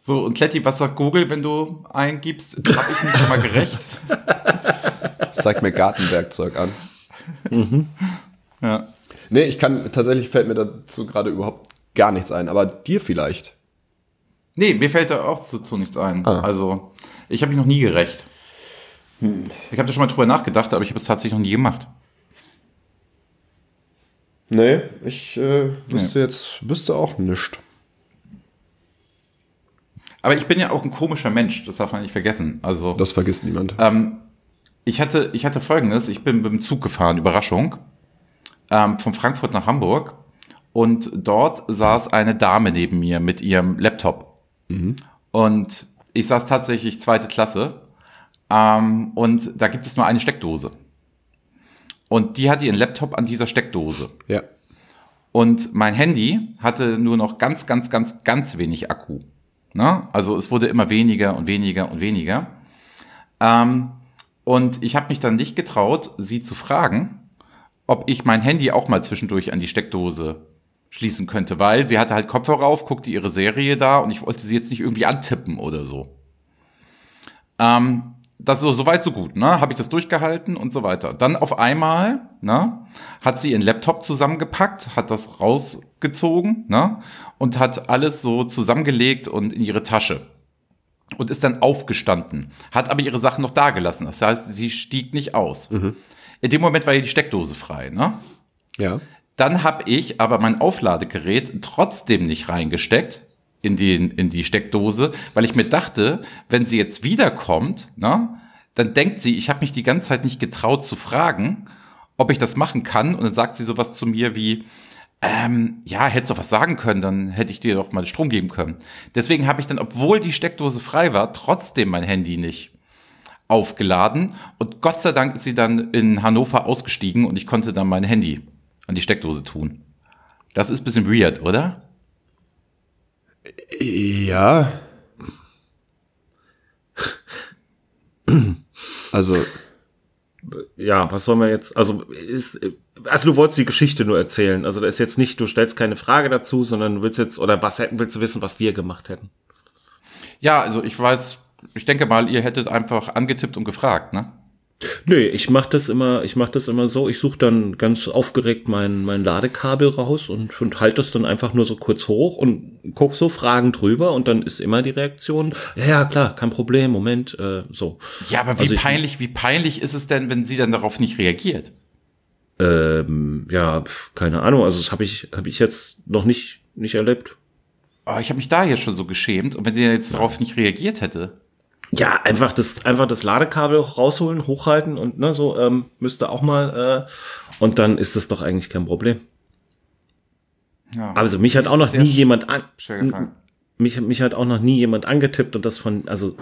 Speaker 3: So, und Kletti, was sagt Google, wenn du eingibst? Hab ich mich schon mal gerecht?
Speaker 4: Das zeigt mir Gartenwerkzeug an.
Speaker 3: *laughs* Ja.
Speaker 4: Nee, ich kann, tatsächlich fällt mir dazu gerade überhaupt gar nichts ein, aber dir vielleicht.
Speaker 3: Nee, mir fällt da auch zu, zu nichts ein. Also, ich habe mich noch nie gerecht. Ich habe da schon mal drüber nachgedacht, aber ich habe es tatsächlich noch nie gemacht.
Speaker 4: Nee, ich äh, wüsste jetzt, wüsste auch nichts.
Speaker 3: Aber ich bin ja auch ein komischer Mensch, das darf man nicht vergessen. Also,
Speaker 4: Das vergisst niemand.
Speaker 3: ich hatte, ich hatte folgendes, ich bin mit dem Zug gefahren, Überraschung, ähm, von Frankfurt nach Hamburg und dort saß eine Dame neben mir mit ihrem Laptop. Und ich saß tatsächlich zweite Klasse ähm, und da gibt es nur eine Steckdose. Und die hatte ihren Laptop an dieser Steckdose.
Speaker 4: ja.
Speaker 3: Und mein Handy hatte nur noch ganz, ganz, ganz, ganz wenig Akku. Ne? Also es wurde immer weniger und weniger und weniger. Ähm, und ich habe mich dann nicht getraut, sie zu fragen, ob ich mein Handy auch mal zwischendurch an die Steckdose schließen könnte, weil sie hatte halt Kopfhörer auf, guckte ihre Serie da und ich wollte sie jetzt nicht irgendwie antippen oder so. Ähm, das so, so weit, so gut, ne? Habe ich das durchgehalten und so weiter. Dann auf einmal, ne, hat sie ihren Laptop zusammengepackt, hat das rausgezogen, ne? Und hat alles so zusammengelegt und in ihre Tasche. Und ist dann aufgestanden, hat aber ihre Sachen noch dagelassen. Das heißt, sie stieg nicht aus. In dem Moment war ihr die Steckdose frei, ne?
Speaker 4: Ja.
Speaker 3: Dann habe ich aber mein Aufladegerät trotzdem nicht reingesteckt, in die, in die Steckdose, weil ich mir dachte, wenn sie jetzt wiederkommt, ne, dann denkt sie, ich habe mich die ganze Zeit nicht getraut zu fragen, ob ich das machen kann. Und dann sagt sie sowas zu mir wie, ähm, ja, hättest du was sagen können, dann hätte ich dir doch mal Strom geben können. Deswegen habe ich dann, obwohl die Steckdose frei war, trotzdem mein Handy nicht aufgeladen. Und Gott sei Dank ist sie dann in Hannover ausgestiegen und ich konnte dann mein Handy an die Steckdose tun. Das ist ein bisschen weird, oder?
Speaker 4: Ja. Also,
Speaker 1: ja, was sollen wir jetzt? Also, ist, also du wolltest die Geschichte nur erzählen. Also, da ist jetzt nicht, du stellst keine Frage dazu, sondern du willst jetzt, oder was hätten, willst du wissen, was wir gemacht hätten?
Speaker 3: Ja, also ich weiß, ich denke mal, ihr hättet einfach angetippt und gefragt, ne?
Speaker 1: Nö, ich mach das immer, ich mach das immer so, ich suche dann ganz aufgeregt mein, mein Ladekabel raus und, und halte das dann einfach nur so kurz hoch und guck so Fragen drüber und dann ist immer die Reaktion, ja, ja klar, kein Problem, Moment, äh, so.
Speaker 3: Ja, aber wie also ich, peinlich, wie peinlich ist es denn, wenn sie dann darauf nicht reagiert?
Speaker 1: Ähm, ja, pf, keine Ahnung, also das habe ich, hab ich jetzt noch nicht, nicht erlebt.
Speaker 3: Oh, ich habe mich da jetzt schon so geschämt und wenn sie jetzt ja. darauf nicht reagiert hätte.
Speaker 1: Ja, einfach das, einfach das Ladekabel rausholen, hochhalten und ne, so ähm, müsste auch mal. Äh, und dann ist das doch eigentlich kein Problem. Ja, also mich hat auch noch nie jemand an, mich, mich hat auch noch nie jemand angetippt und das von, also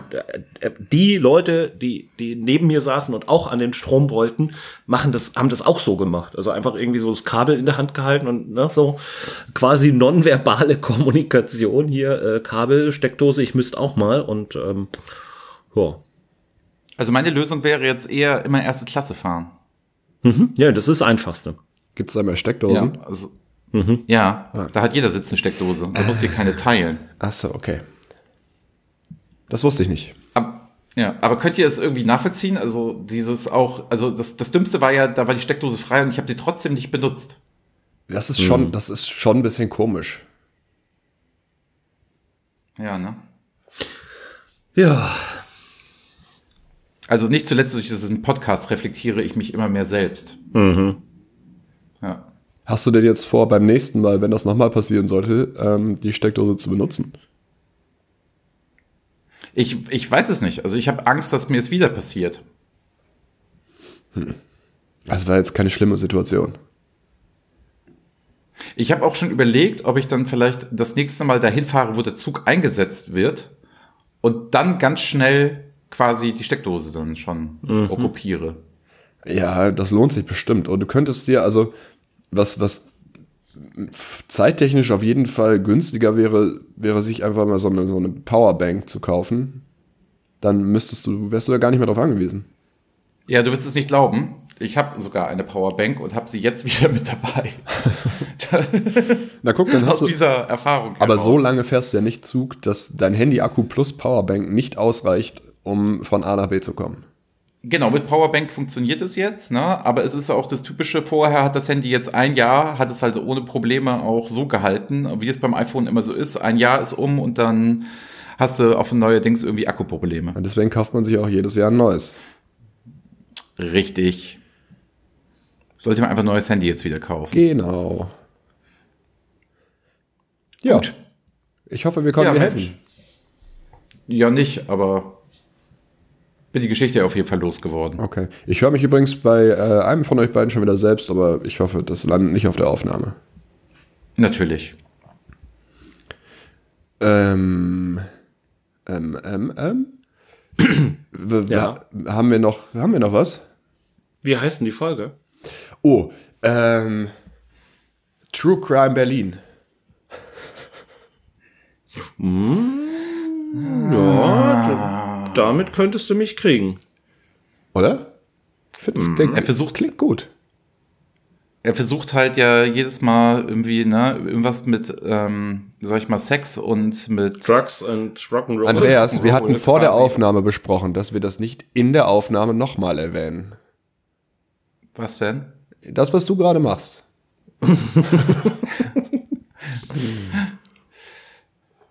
Speaker 1: äh, die Leute, die, die neben mir saßen und auch an den Strom wollten, machen das, haben das auch so gemacht. Also einfach irgendwie so das Kabel in der Hand gehalten und ne, so quasi nonverbale *laughs* Kommunikation hier, äh, Kabel, Steckdose, ich müsste auch mal und ähm, ja.
Speaker 3: Also meine Lösung wäre jetzt eher immer erste Klasse fahren.
Speaker 1: Mhm. Ja, das ist ne? das einfachste.
Speaker 4: Gibt es da mehr Steckdosen?
Speaker 3: Ja, also, mhm. ja ah. da hat jeder Sitz eine Steckdose. Da musst du dir keine teilen.
Speaker 4: Achso, okay. Das wusste ich nicht.
Speaker 3: Aber, ja, aber könnt ihr es irgendwie nachvollziehen? Also dieses auch, also das, das Dümmste war ja, da war die Steckdose frei und ich habe sie trotzdem nicht benutzt.
Speaker 4: Das ist schon, mhm. das ist schon ein bisschen komisch.
Speaker 3: Ja, ne?
Speaker 1: Ja,
Speaker 3: also nicht zuletzt durch diesen Podcast reflektiere ich mich immer mehr selbst.
Speaker 1: Mhm.
Speaker 3: Ja.
Speaker 4: Hast du denn jetzt vor, beim nächsten Mal, wenn das nochmal passieren sollte, ähm, die Steckdose zu benutzen?
Speaker 3: Ich, ich weiß es nicht. Also ich habe Angst, dass mir es wieder passiert.
Speaker 4: Hm. Das war jetzt keine schlimme Situation.
Speaker 3: Ich habe auch schon überlegt, ob ich dann vielleicht das nächste Mal dahin fahre, wo der Zug eingesetzt wird und dann ganz schnell quasi die Steckdose dann schon mhm. okkupiere.
Speaker 4: Ja, das lohnt sich bestimmt. Und du könntest dir also, was, was zeittechnisch auf jeden Fall günstiger wäre, wäre sich einfach mal so eine, so eine Powerbank zu kaufen. Dann müsstest du, wärst du ja gar nicht mehr drauf angewiesen.
Speaker 3: Ja, du wirst es nicht glauben. Ich habe sogar eine Powerbank und habe sie jetzt wieder mit dabei.
Speaker 4: Na guck, dann hast
Speaker 3: aus dieser Erfahrung.
Speaker 4: Aber heraus. so lange fährst du ja nicht Zug, dass dein Handy-Akku plus Powerbank nicht ausreicht, um von A nach B zu kommen.
Speaker 3: Genau, mit Powerbank funktioniert es jetzt, ne? aber es ist auch das Typische, vorher hat das Handy jetzt ein Jahr, hat es halt ohne Probleme auch so gehalten, wie es beim iPhone immer so ist, ein Jahr ist um und dann hast du auf neuerdings irgendwie Akkuprobleme.
Speaker 4: Und deswegen kauft man sich auch jedes Jahr ein neues.
Speaker 3: Richtig. Sollte man einfach ein neues Handy jetzt wieder kaufen.
Speaker 4: Genau. Ja. Gut. Ich hoffe, wir konnten ja, dir helfen.
Speaker 3: Ja, nicht, aber bin die Geschichte auf jeden Fall losgeworden.
Speaker 4: Okay. Ich höre mich übrigens bei äh, einem von euch beiden schon wieder selbst, aber ich hoffe, das landet nicht auf der Aufnahme.
Speaker 3: Natürlich.
Speaker 4: Ähm, ähm, ähm, ähm. ja. Haben wir noch, haben wir noch was?
Speaker 1: Wie heißt denn die Folge?
Speaker 4: Oh, ähm, True Crime Berlin.
Speaker 1: Hm? Ja, damit könntest du mich kriegen.
Speaker 4: Oder? Ich finde, das klingt,
Speaker 3: er versucht,
Speaker 4: klingt gut.
Speaker 3: Er versucht halt ja jedes Mal irgendwie, ne, irgendwas mit, ähm, sag ich mal, Sex und mit
Speaker 1: Drugs und Rock'n'Roll.
Speaker 4: Andreas, wir hatten vor der Aufnahme besprochen, dass wir das nicht in der Aufnahme nochmal erwähnen.
Speaker 3: Was denn?
Speaker 4: Das, was du gerade machst.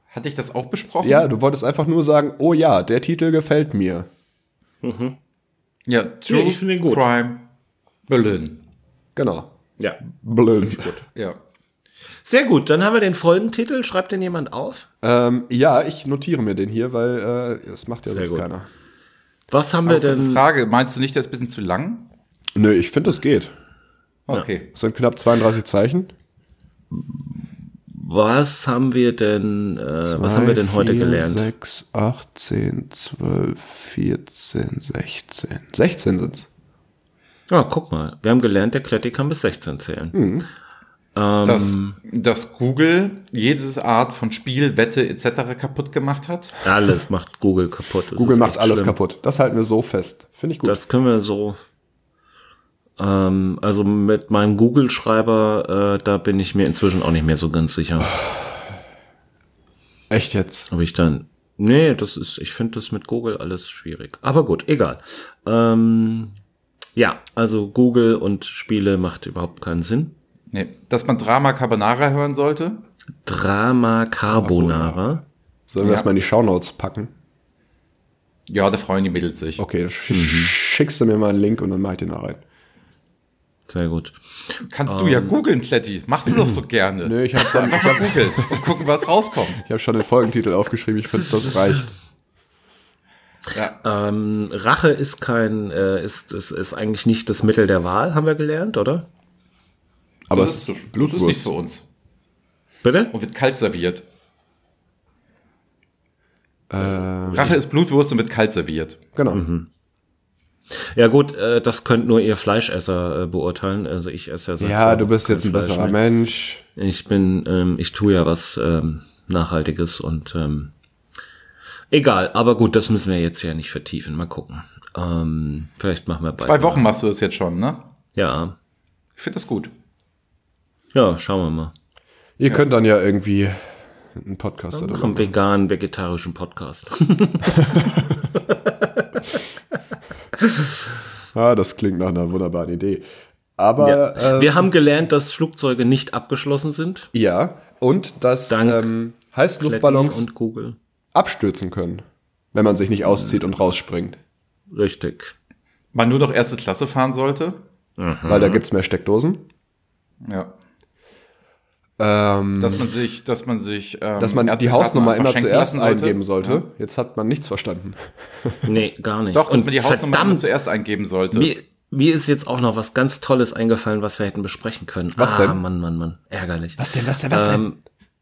Speaker 3: Hatte ich das auch besprochen?
Speaker 4: Ja, du wolltest einfach nur sagen, oh ja, der Titel gefällt mir.
Speaker 3: Mhm. Ja, True nee, ich
Speaker 1: den gut.
Speaker 3: Crime Berlin.
Speaker 4: Genau.
Speaker 1: Ja.
Speaker 4: Berlin.
Speaker 3: Gut. Ja.
Speaker 1: Sehr gut, dann haben wir den Folgentitel. Schreibt den jemand auf?
Speaker 4: Ähm, ja, ich notiere mir den hier, weil äh, das macht ja
Speaker 1: Sehr
Speaker 4: sonst
Speaker 1: gut.
Speaker 4: keiner.
Speaker 1: Was haben wir
Speaker 3: Aber kurze
Speaker 1: denn?
Speaker 3: Frage, meinst du nicht, der ist ein bisschen zu lang?
Speaker 4: Nö, ich finde, das geht.
Speaker 3: Okay.
Speaker 4: Das sind knapp 32 Zeichen.
Speaker 1: Was haben wir denn? Äh, was haben wir denn heute gelernt?
Speaker 4: 6, 8, 10, 12, 14, 16. 16 sind's.
Speaker 1: Ja, Ah, guck mal. Wir haben gelernt, der Kletti kann bis 16 zählen.
Speaker 4: Hm. Ähm.
Speaker 3: Dass, dass Google jedes Art von Spiel, Wette etc. kaputt gemacht hat?
Speaker 1: Alles macht Google kaputt. Das
Speaker 4: Google
Speaker 1: ist
Speaker 4: macht
Speaker 1: echt
Speaker 4: alles
Speaker 1: schlimm.
Speaker 4: kaputt. Das halten wir so fest. Finde ich gut.
Speaker 1: Das können wir so. Ähm, also mit meinem Google-Schreiber, äh, da bin ich mir inzwischen auch nicht mehr so ganz sicher.
Speaker 4: Echt jetzt.
Speaker 1: Ob ich dann. Nee, das ist, ich finde das mit Google alles schwierig. Aber gut, egal. Ähm, ja, also Google und Spiele macht überhaupt keinen Sinn.
Speaker 3: Nee. Dass man Drama Carbonara hören sollte?
Speaker 1: Drama Carbonara.
Speaker 4: Sollen wir
Speaker 3: Ja.
Speaker 4: das mal in die Shownotes packen?
Speaker 3: Ja, da freuen die Mädels sich.
Speaker 4: Okay, dann
Speaker 1: Mhm.
Speaker 4: sch schickst du mir mal einen Link und dann mach ich den da rein.
Speaker 1: Sehr gut.
Speaker 3: Kannst du ja googeln, Kletti. Machst du doch
Speaker 4: *clears throat*
Speaker 3: so gerne.
Speaker 4: Ähm. Nö, *laughs* ich hab's dann-
Speaker 3: Einfach mal googeln und gucken, was rauskommt.
Speaker 4: Ich habe schon den Folgentitel aufgeschrieben. Ich finde, das reicht.
Speaker 3: Ja.
Speaker 1: Ähm, Rache ist kein, äh, ist, ist, ist eigentlich nicht das Mittel der Wahl, haben wir gelernt, oder?
Speaker 4: Aber
Speaker 3: das, ist,
Speaker 4: es ist
Speaker 3: das ist nichts
Speaker 4: Blutwurst.
Speaker 3: für uns.
Speaker 1: Bitte?
Speaker 3: Und wird kalt serviert.
Speaker 4: Ähm,
Speaker 3: Rache ist Blutwurst und wird kalt serviert.
Speaker 4: Genau.
Speaker 1: Mhm. Ja gut, äh, das könnt nur ihr Fleischesser äh, beurteilen. Also ich esse ja seit
Speaker 4: Ja,
Speaker 1: zwei
Speaker 4: du
Speaker 1: Wochen
Speaker 4: bist
Speaker 1: kein
Speaker 4: jetzt ein
Speaker 1: Fleisch ne?
Speaker 4: besserer
Speaker 1: mehr.
Speaker 4: Mensch.
Speaker 1: Ich bin, ähm, ich tue ja was ähm, Nachhaltiges und ähm, egal. Aber gut, das müssen wir jetzt ja nicht vertiefen. Mal gucken. Ähm, vielleicht machen wir bald.
Speaker 3: Zwei Wochen machst du das jetzt schon, ne?
Speaker 1: Ja,
Speaker 3: Ich finde das gut.
Speaker 1: ja, schauen wir mal.
Speaker 4: Ihr könnt dann ja irgendwie einen Podcast oder
Speaker 1: Machen einen veganen, vegetarischen
Speaker 3: *laughs*
Speaker 1: Podcast.
Speaker 4: Ah, das klingt nach einer wunderbaren Idee. Aber ja, äh,
Speaker 1: wir haben gelernt, dass Flugzeuge nicht abgeschlossen sind.
Speaker 4: ja. und dass
Speaker 1: Dank
Speaker 4: ähm, Heißluftballons
Speaker 1: Kletti und Google.
Speaker 4: abstürzen können, wenn man sich nicht auszieht und rausspringt.
Speaker 1: Richtig.
Speaker 3: Man nur noch erste Klasse fahren sollte?
Speaker 4: Weil da gibt's mehr Steckdosen.
Speaker 3: Ja.
Speaker 4: Ähm,
Speaker 3: Dass man sich, dass man sich, ähm,
Speaker 4: dass man die
Speaker 3: Ärztekarten
Speaker 4: Hausnummer
Speaker 3: einfach
Speaker 4: immer
Speaker 3: schenken
Speaker 4: zuerst
Speaker 3: lassen sollte.
Speaker 4: eingeben sollte.
Speaker 3: Ja.
Speaker 4: Jetzt hat man nichts verstanden.
Speaker 1: Nee, gar nicht.
Speaker 3: Doch, dass man die Hausnummer immer
Speaker 1: verdammt,
Speaker 3: zuerst eingeben sollte.
Speaker 1: Mir, mir ist jetzt auch noch was ganz Tolles eingefallen, was wir hätten besprechen können.
Speaker 4: Was
Speaker 1: ah,
Speaker 4: denn?
Speaker 1: Mann, Mann, Mann. Ärgerlich.
Speaker 4: denn, was denn, was
Speaker 1: Ähm,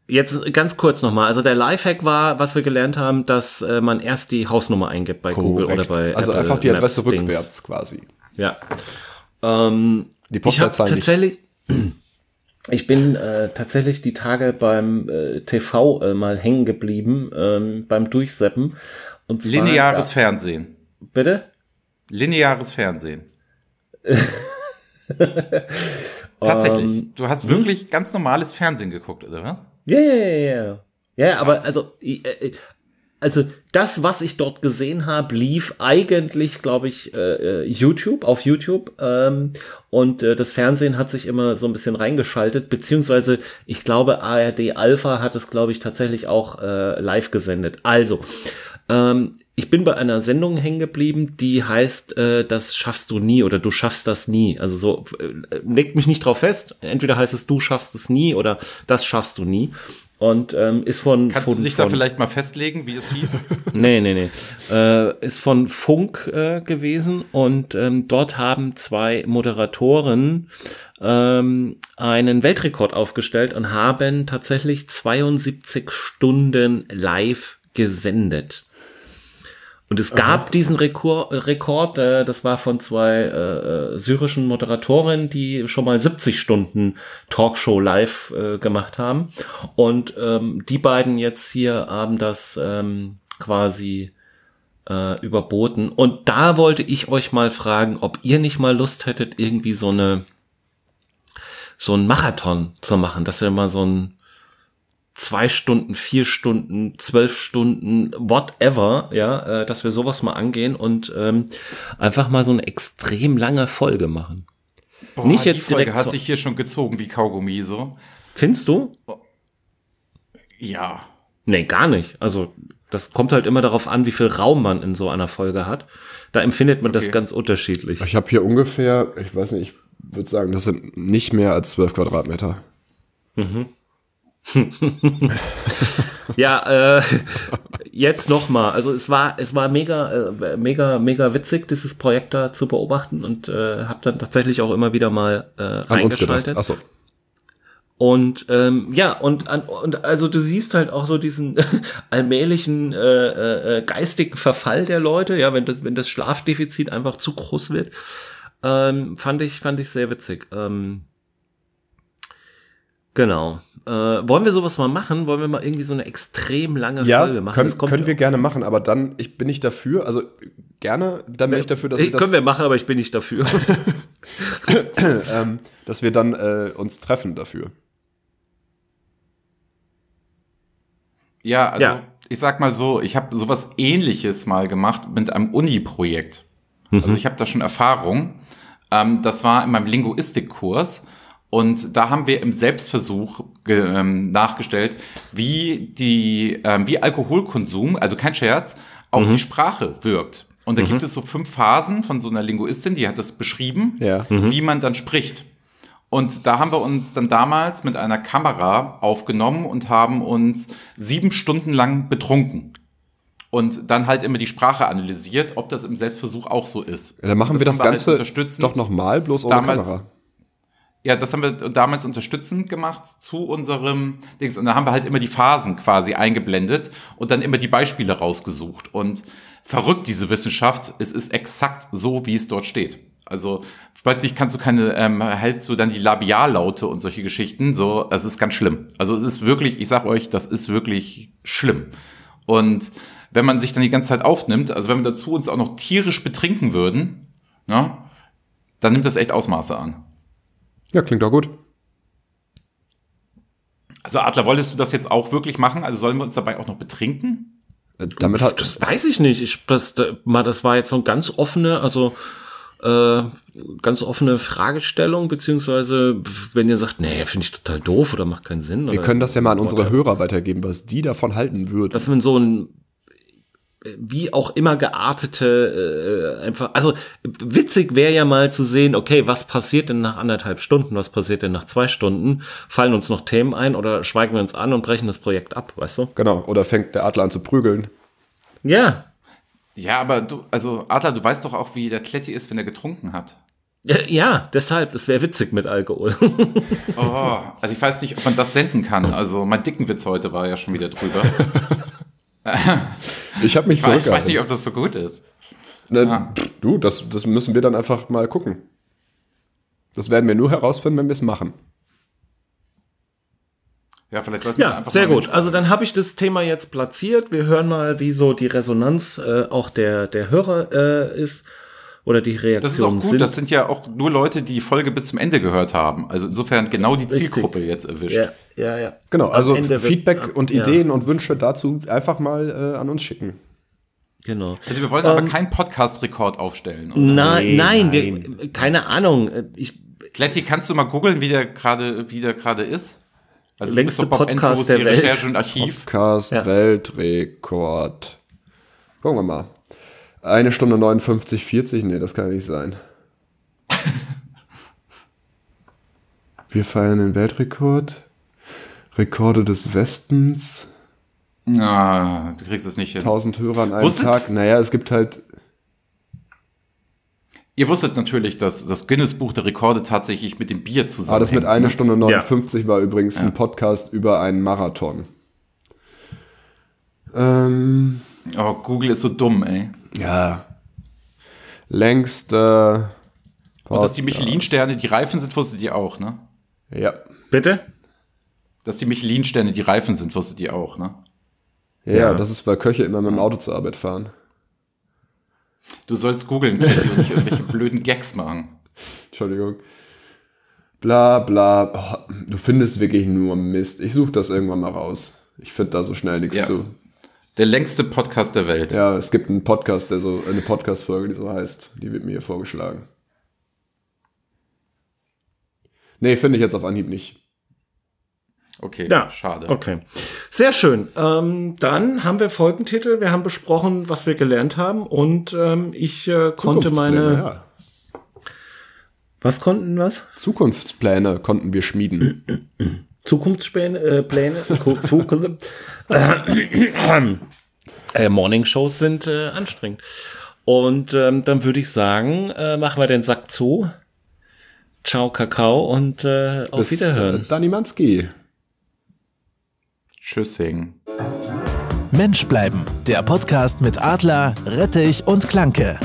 Speaker 1: jetzt ganz kurz nochmal. Also der Lifehack war, was wir gelernt haben, dass äh, man erst die Hausnummer eingibt bei Google oder bei
Speaker 4: also
Speaker 1: Apple
Speaker 4: einfach die Adresse
Speaker 1: Maps Dings.
Speaker 4: rückwärts quasi.
Speaker 1: Ja. Ähm,
Speaker 4: Die
Speaker 1: ich habe
Speaker 4: Postleitzahl nicht.
Speaker 1: tatsächlich, *clears throat* ich bin äh, tatsächlich die Tage beim äh, TV äh, mal hängen geblieben, ähm, beim Durchseppen. Und zwar,
Speaker 3: Lineares Fernsehen.
Speaker 1: Bitte?
Speaker 3: Lineares
Speaker 4: *laughs*
Speaker 3: Fernsehen. Tatsächlich.
Speaker 4: Ähm,
Speaker 3: du
Speaker 4: hm?
Speaker 3: hast wirklich ganz normales Fernsehen geguckt, oder was?
Speaker 1: Ja, ja, ja, ja. Ja, aber also, äh, äh, also das, was ich dort gesehen habe, lief eigentlich, glaube ich, äh, äh, YouTube, auf YouTube. Ähm, und äh, das Fernsehen hat sich immer so ein bisschen reingeschaltet, beziehungsweise ich glaube, ARD Alpha hat es, glaube ich, tatsächlich auch äh, live gesendet. Also, ähm, ich bin bei einer Sendung hängen geblieben, die heißt, äh, das schaffst du nie oder du schaffst das nie. Also so, äh, legt mich nicht drauf fest. Entweder heißt es, du schaffst es nie oder das schaffst du nie. Und ähm, ist von.
Speaker 3: Kannst
Speaker 1: von,
Speaker 3: du dich
Speaker 1: von,
Speaker 3: da vielleicht mal festlegen, wie es
Speaker 1: *laughs*
Speaker 3: hieß?
Speaker 1: Nee, nee, nee. Äh, ist von Funk äh, gewesen und ähm, dort haben zwei Moderatoren ähm, einen Weltrekord aufgestellt und haben tatsächlich 72 Stunden live gesendet. Und es gab diesen Rekor Rekord, äh, das war von zwei äh, äh, syrischen Moderatorinnen, die schon mal 70 Stunden Talkshow live äh, gemacht haben. Und ähm, die beiden jetzt hier haben das ähm, quasi äh, überboten. Und da wollte ich euch mal fragen, ob ihr nicht mal Lust hättet, irgendwie so eine so einen Marathon zu machen, dass wir mal so ein zwei Stunden, vier Stunden, zwölf Stunden, whatever, ja, äh, dass wir sowas mal angehen und ähm, einfach mal so eine extrem lange Folge machen.
Speaker 3: Boah,
Speaker 1: Nicht
Speaker 3: die
Speaker 1: jetzt
Speaker 3: Folge
Speaker 1: direkt
Speaker 3: hat
Speaker 1: so-
Speaker 3: sich hier schon gezogen wie Kaugummi so.
Speaker 1: Findest du?
Speaker 3: Ja.
Speaker 1: Nee, gar nicht. Also das kommt halt immer darauf an, wie viel Raum man in so einer Folge hat. Da empfindet man das
Speaker 3: Okay.
Speaker 1: ganz unterschiedlich.
Speaker 4: Ich habe hier ungefähr, ich weiß nicht, ich würde sagen, das sind nicht mehr als 12 Quadratmeter.
Speaker 1: Mhm. ja, äh, *laughs* jetzt nochmal. Also es war, es war mega, äh, mega, mega witzig, dieses Projekt da zu beobachten und äh, habe dann tatsächlich auch immer wieder mal äh, reingeschaltet.
Speaker 4: Achso.
Speaker 1: Und ähm, ja, und, an, und also du siehst halt auch so diesen *laughs* allmählichen äh, äh, geistigen Verfall der Leute, ja, wenn das, wenn das Schlafdefizit einfach zu groß wird. Ähm, fand ich, fand ich sehr witzig. Ähm, genau. Äh, wollen wir sowas mal machen? Wollen wir mal irgendwie so eine extrem lange
Speaker 4: Ja,
Speaker 1: Äh, Folge machen?
Speaker 4: können,
Speaker 1: Das kommt-
Speaker 4: können wir gerne machen, aber dann ich, bin ich dafür, also gerne, dann bin ich dafür, dass wir,
Speaker 1: Äh,
Speaker 4: das,
Speaker 1: können wir machen, aber ich bin nicht dafür.
Speaker 4: ähm, dass wir dann äh, uns treffen dafür.
Speaker 3: Ja, also
Speaker 1: Ja.
Speaker 3: ich sag mal so, ich habe sowas ähnliches mal gemacht mit einem Uni-Projekt. Also ich habe da schon Erfahrung. Ähm, das war in meinem Linguistikkurs. Und da haben wir im Selbstversuch ge- ähm, nachgestellt, wie, die, ähm, wie Alkoholkonsum, also kein Scherz, auf die Sprache wirkt. Und da gibt es so fünf Phasen von so einer Linguistin, die hat das beschrieben,
Speaker 4: Ja.
Speaker 3: wie man dann spricht. Und da haben wir uns dann damals mit einer Kamera aufgenommen und haben uns sieben Stunden lang betrunken. Und dann halt immer die Sprache analysiert, ob das im Selbstversuch auch so ist.
Speaker 4: Ja, dann machen wir das
Speaker 3: haben halt
Speaker 4: Ganze
Speaker 3: unterstützend.
Speaker 4: doch nochmal, bloß ohne
Speaker 3: Damals-
Speaker 4: Kamera.
Speaker 3: Ja, das haben wir damals unterstützend gemacht zu unserem Dings. Und da haben wir halt immer die Phasen quasi eingeblendet und dann immer die Beispiele rausgesucht. Und verrückt diese Wissenschaft, es ist exakt so, wie es dort steht. Also plötzlich kannst du keine, ähm, hältst du dann die Labiallaute und solche Geschichten. So, es ist ganz schlimm. Also es ist wirklich, ich sag euch, das ist wirklich schlimm. Und wenn man sich dann die ganze Zeit aufnimmt, also wenn wir dazu uns auch noch tierisch betrinken würden, ne, dann nimmt das echt Ausmaße an.
Speaker 4: Ja, klingt doch gut.
Speaker 3: Also Adler, wolltest du das jetzt auch wirklich machen? Also sollen wir uns dabei auch noch betrinken?
Speaker 4: Äh, Damit hat
Speaker 1: Das weiß ich nicht. Ich, das, da- mal, das war jetzt so eine ganz offene, also äh, ganz offene Fragestellung, beziehungsweise wenn ihr sagt, nee, finde ich total doof oder macht keinen Sinn.
Speaker 4: wir
Speaker 1: oder,
Speaker 4: können das ja mal an unsere Hörer weitergeben, was die davon halten würden.
Speaker 1: dass man so ein äh, wie auch immer geartete, äh, einfach, also witzig wäre ja mal zu sehen, okay, was passiert denn nach anderthalb Stunden, was passiert denn nach zwei Stunden, fallen uns noch Themen ein oder schweigen wir uns an und brechen das Projekt ab, weißt du?
Speaker 4: genau, oder fängt der Adler an zu prügeln.
Speaker 1: Ja,
Speaker 3: Ja, aber du, also Adler, du weißt doch auch, wie der Kletti ist, wenn er getrunken hat.
Speaker 1: Äh, ja, deshalb, es wäre witzig mit Alkohol.
Speaker 3: Oh, also ich weiß nicht, ob man das senden kann. Also mein dicken Witz heute war ja schon wieder drüber.
Speaker 1: *laughs*
Speaker 4: Ich habe mich
Speaker 3: Ich weiß, ich weiß
Speaker 4: zurückgehalten.
Speaker 3: nicht, ob das so gut ist.
Speaker 4: Na, pff, Du, das, das müssen wir dann einfach mal gucken. Das werden wir nur herausfinden, wenn wir es machen.
Speaker 3: Ja, vielleicht sollten wir
Speaker 1: Ja,
Speaker 3: einfach
Speaker 1: sehr
Speaker 3: mal
Speaker 1: gut. Also dann habe ich das Thema jetzt platziert. Wir hören mal, wie so die Resonanz äh, auch der, der Hörer äh, ist oder die Reaktion
Speaker 3: Das ist auch gut.
Speaker 1: sind.
Speaker 3: Das sind ja auch nur Leute, die die Folge bis zum Ende gehört haben. Also insofern genau die
Speaker 1: Richtig.
Speaker 3: Zielgruppe jetzt erwischt.
Speaker 1: ja, ja, ja.
Speaker 4: Genau,
Speaker 1: Am
Speaker 4: also
Speaker 1: Ende wird-
Speaker 4: Feedback
Speaker 1: ab-
Speaker 4: und
Speaker 1: ja,
Speaker 4: Ideen und Wünsche dazu einfach mal äh, an uns schicken.
Speaker 1: Genau.
Speaker 3: Also wir wollen aber keinen Podcast-Rekord aufstellen. Oder?
Speaker 1: Na, nein, wir, keine Ahnung. Äh, Ich,
Speaker 3: Kletti, kannst du mal googeln, wie der gerade, wie der gerade ist? Also du
Speaker 1: Längste
Speaker 3: bist doch Bob
Speaker 1: Podcast
Speaker 3: Andrews,
Speaker 1: der
Speaker 3: hier
Speaker 1: Welt.
Speaker 3: Recherche und Archiv.
Speaker 4: Podcast
Speaker 1: Ja.
Speaker 4: Weltrekord. Gucken wir mal. Eine Stunde 59, 40? Nee, das kann ja
Speaker 1: *laughs*
Speaker 4: nicht sein. wir feiern den Weltrekord. Rekorde des Westens.
Speaker 3: Na, du kriegst es nicht hin.
Speaker 4: 1000 Hörer an einem
Speaker 3: Wusstet-
Speaker 4: Tag. Naja, es gibt halt.
Speaker 3: Ihr wusstet natürlich, dass das Guinness-Buch der Rekorde tatsächlich mit dem Bier
Speaker 4: Ah, das
Speaker 3: zusammenhängt.
Speaker 4: mit einer Stunde 59 war übrigens ein Podcast über einen Marathon. Ähm,
Speaker 3: Oh, Google ist so dumm, ey.
Speaker 4: ja. Längste.
Speaker 3: Und dass die Michelin-Sterne, die Reifen sind, wusstet ihr auch, ne?
Speaker 4: Ja.
Speaker 1: bitte?
Speaker 3: Dass die Michelin-Sterne, die Reifen sind, wusstet ihr auch, ne?
Speaker 4: Ja, das ist, weil Köche immer mit dem Auto zur Arbeit fahren.
Speaker 3: Du sollst
Speaker 4: *laughs*
Speaker 3: googeln, Kitty, und nicht irgendwelche blöden Gags machen.
Speaker 4: Entschuldigung. Bla bla. Oh, du findest wirklich nur Mist. Ich suche das irgendwann mal raus. Ich finde da so schnell nichts
Speaker 3: Ja.
Speaker 4: zu.
Speaker 3: Der längste Podcast der Welt.
Speaker 4: Ja, es gibt einen Podcast, der so, eine Podcast-Folge, die so heißt. Die wird mir hier vorgeschlagen. Nee, finde ich jetzt auf Anhieb nicht.
Speaker 3: Okay,
Speaker 1: Ja,
Speaker 3: schade.
Speaker 1: Okay. Sehr schön. Ähm, dann haben wir Folgentitel. Wir haben besprochen, was wir gelernt haben und ähm, ich äh, konnte
Speaker 4: Zukunftspläne,
Speaker 1: meine.
Speaker 4: ja.
Speaker 1: Was konnten was?
Speaker 4: Zukunftspläne konnten wir schmieden.
Speaker 1: Zukunftspläne, äh, Pläne, *laughs* Zukunft, äh, Morning-Shows sind äh, anstrengend. Und ähm, dann würde ich sagen, äh, machen wir den Sack zu. Ciao, Kakao und äh, auf
Speaker 4: Bis,
Speaker 1: Wiederhören.
Speaker 4: äh, Dani Manski.
Speaker 3: Tschüssing.
Speaker 2: Mensch bleiben, der Podcast mit Adler, Rettich und Klanke.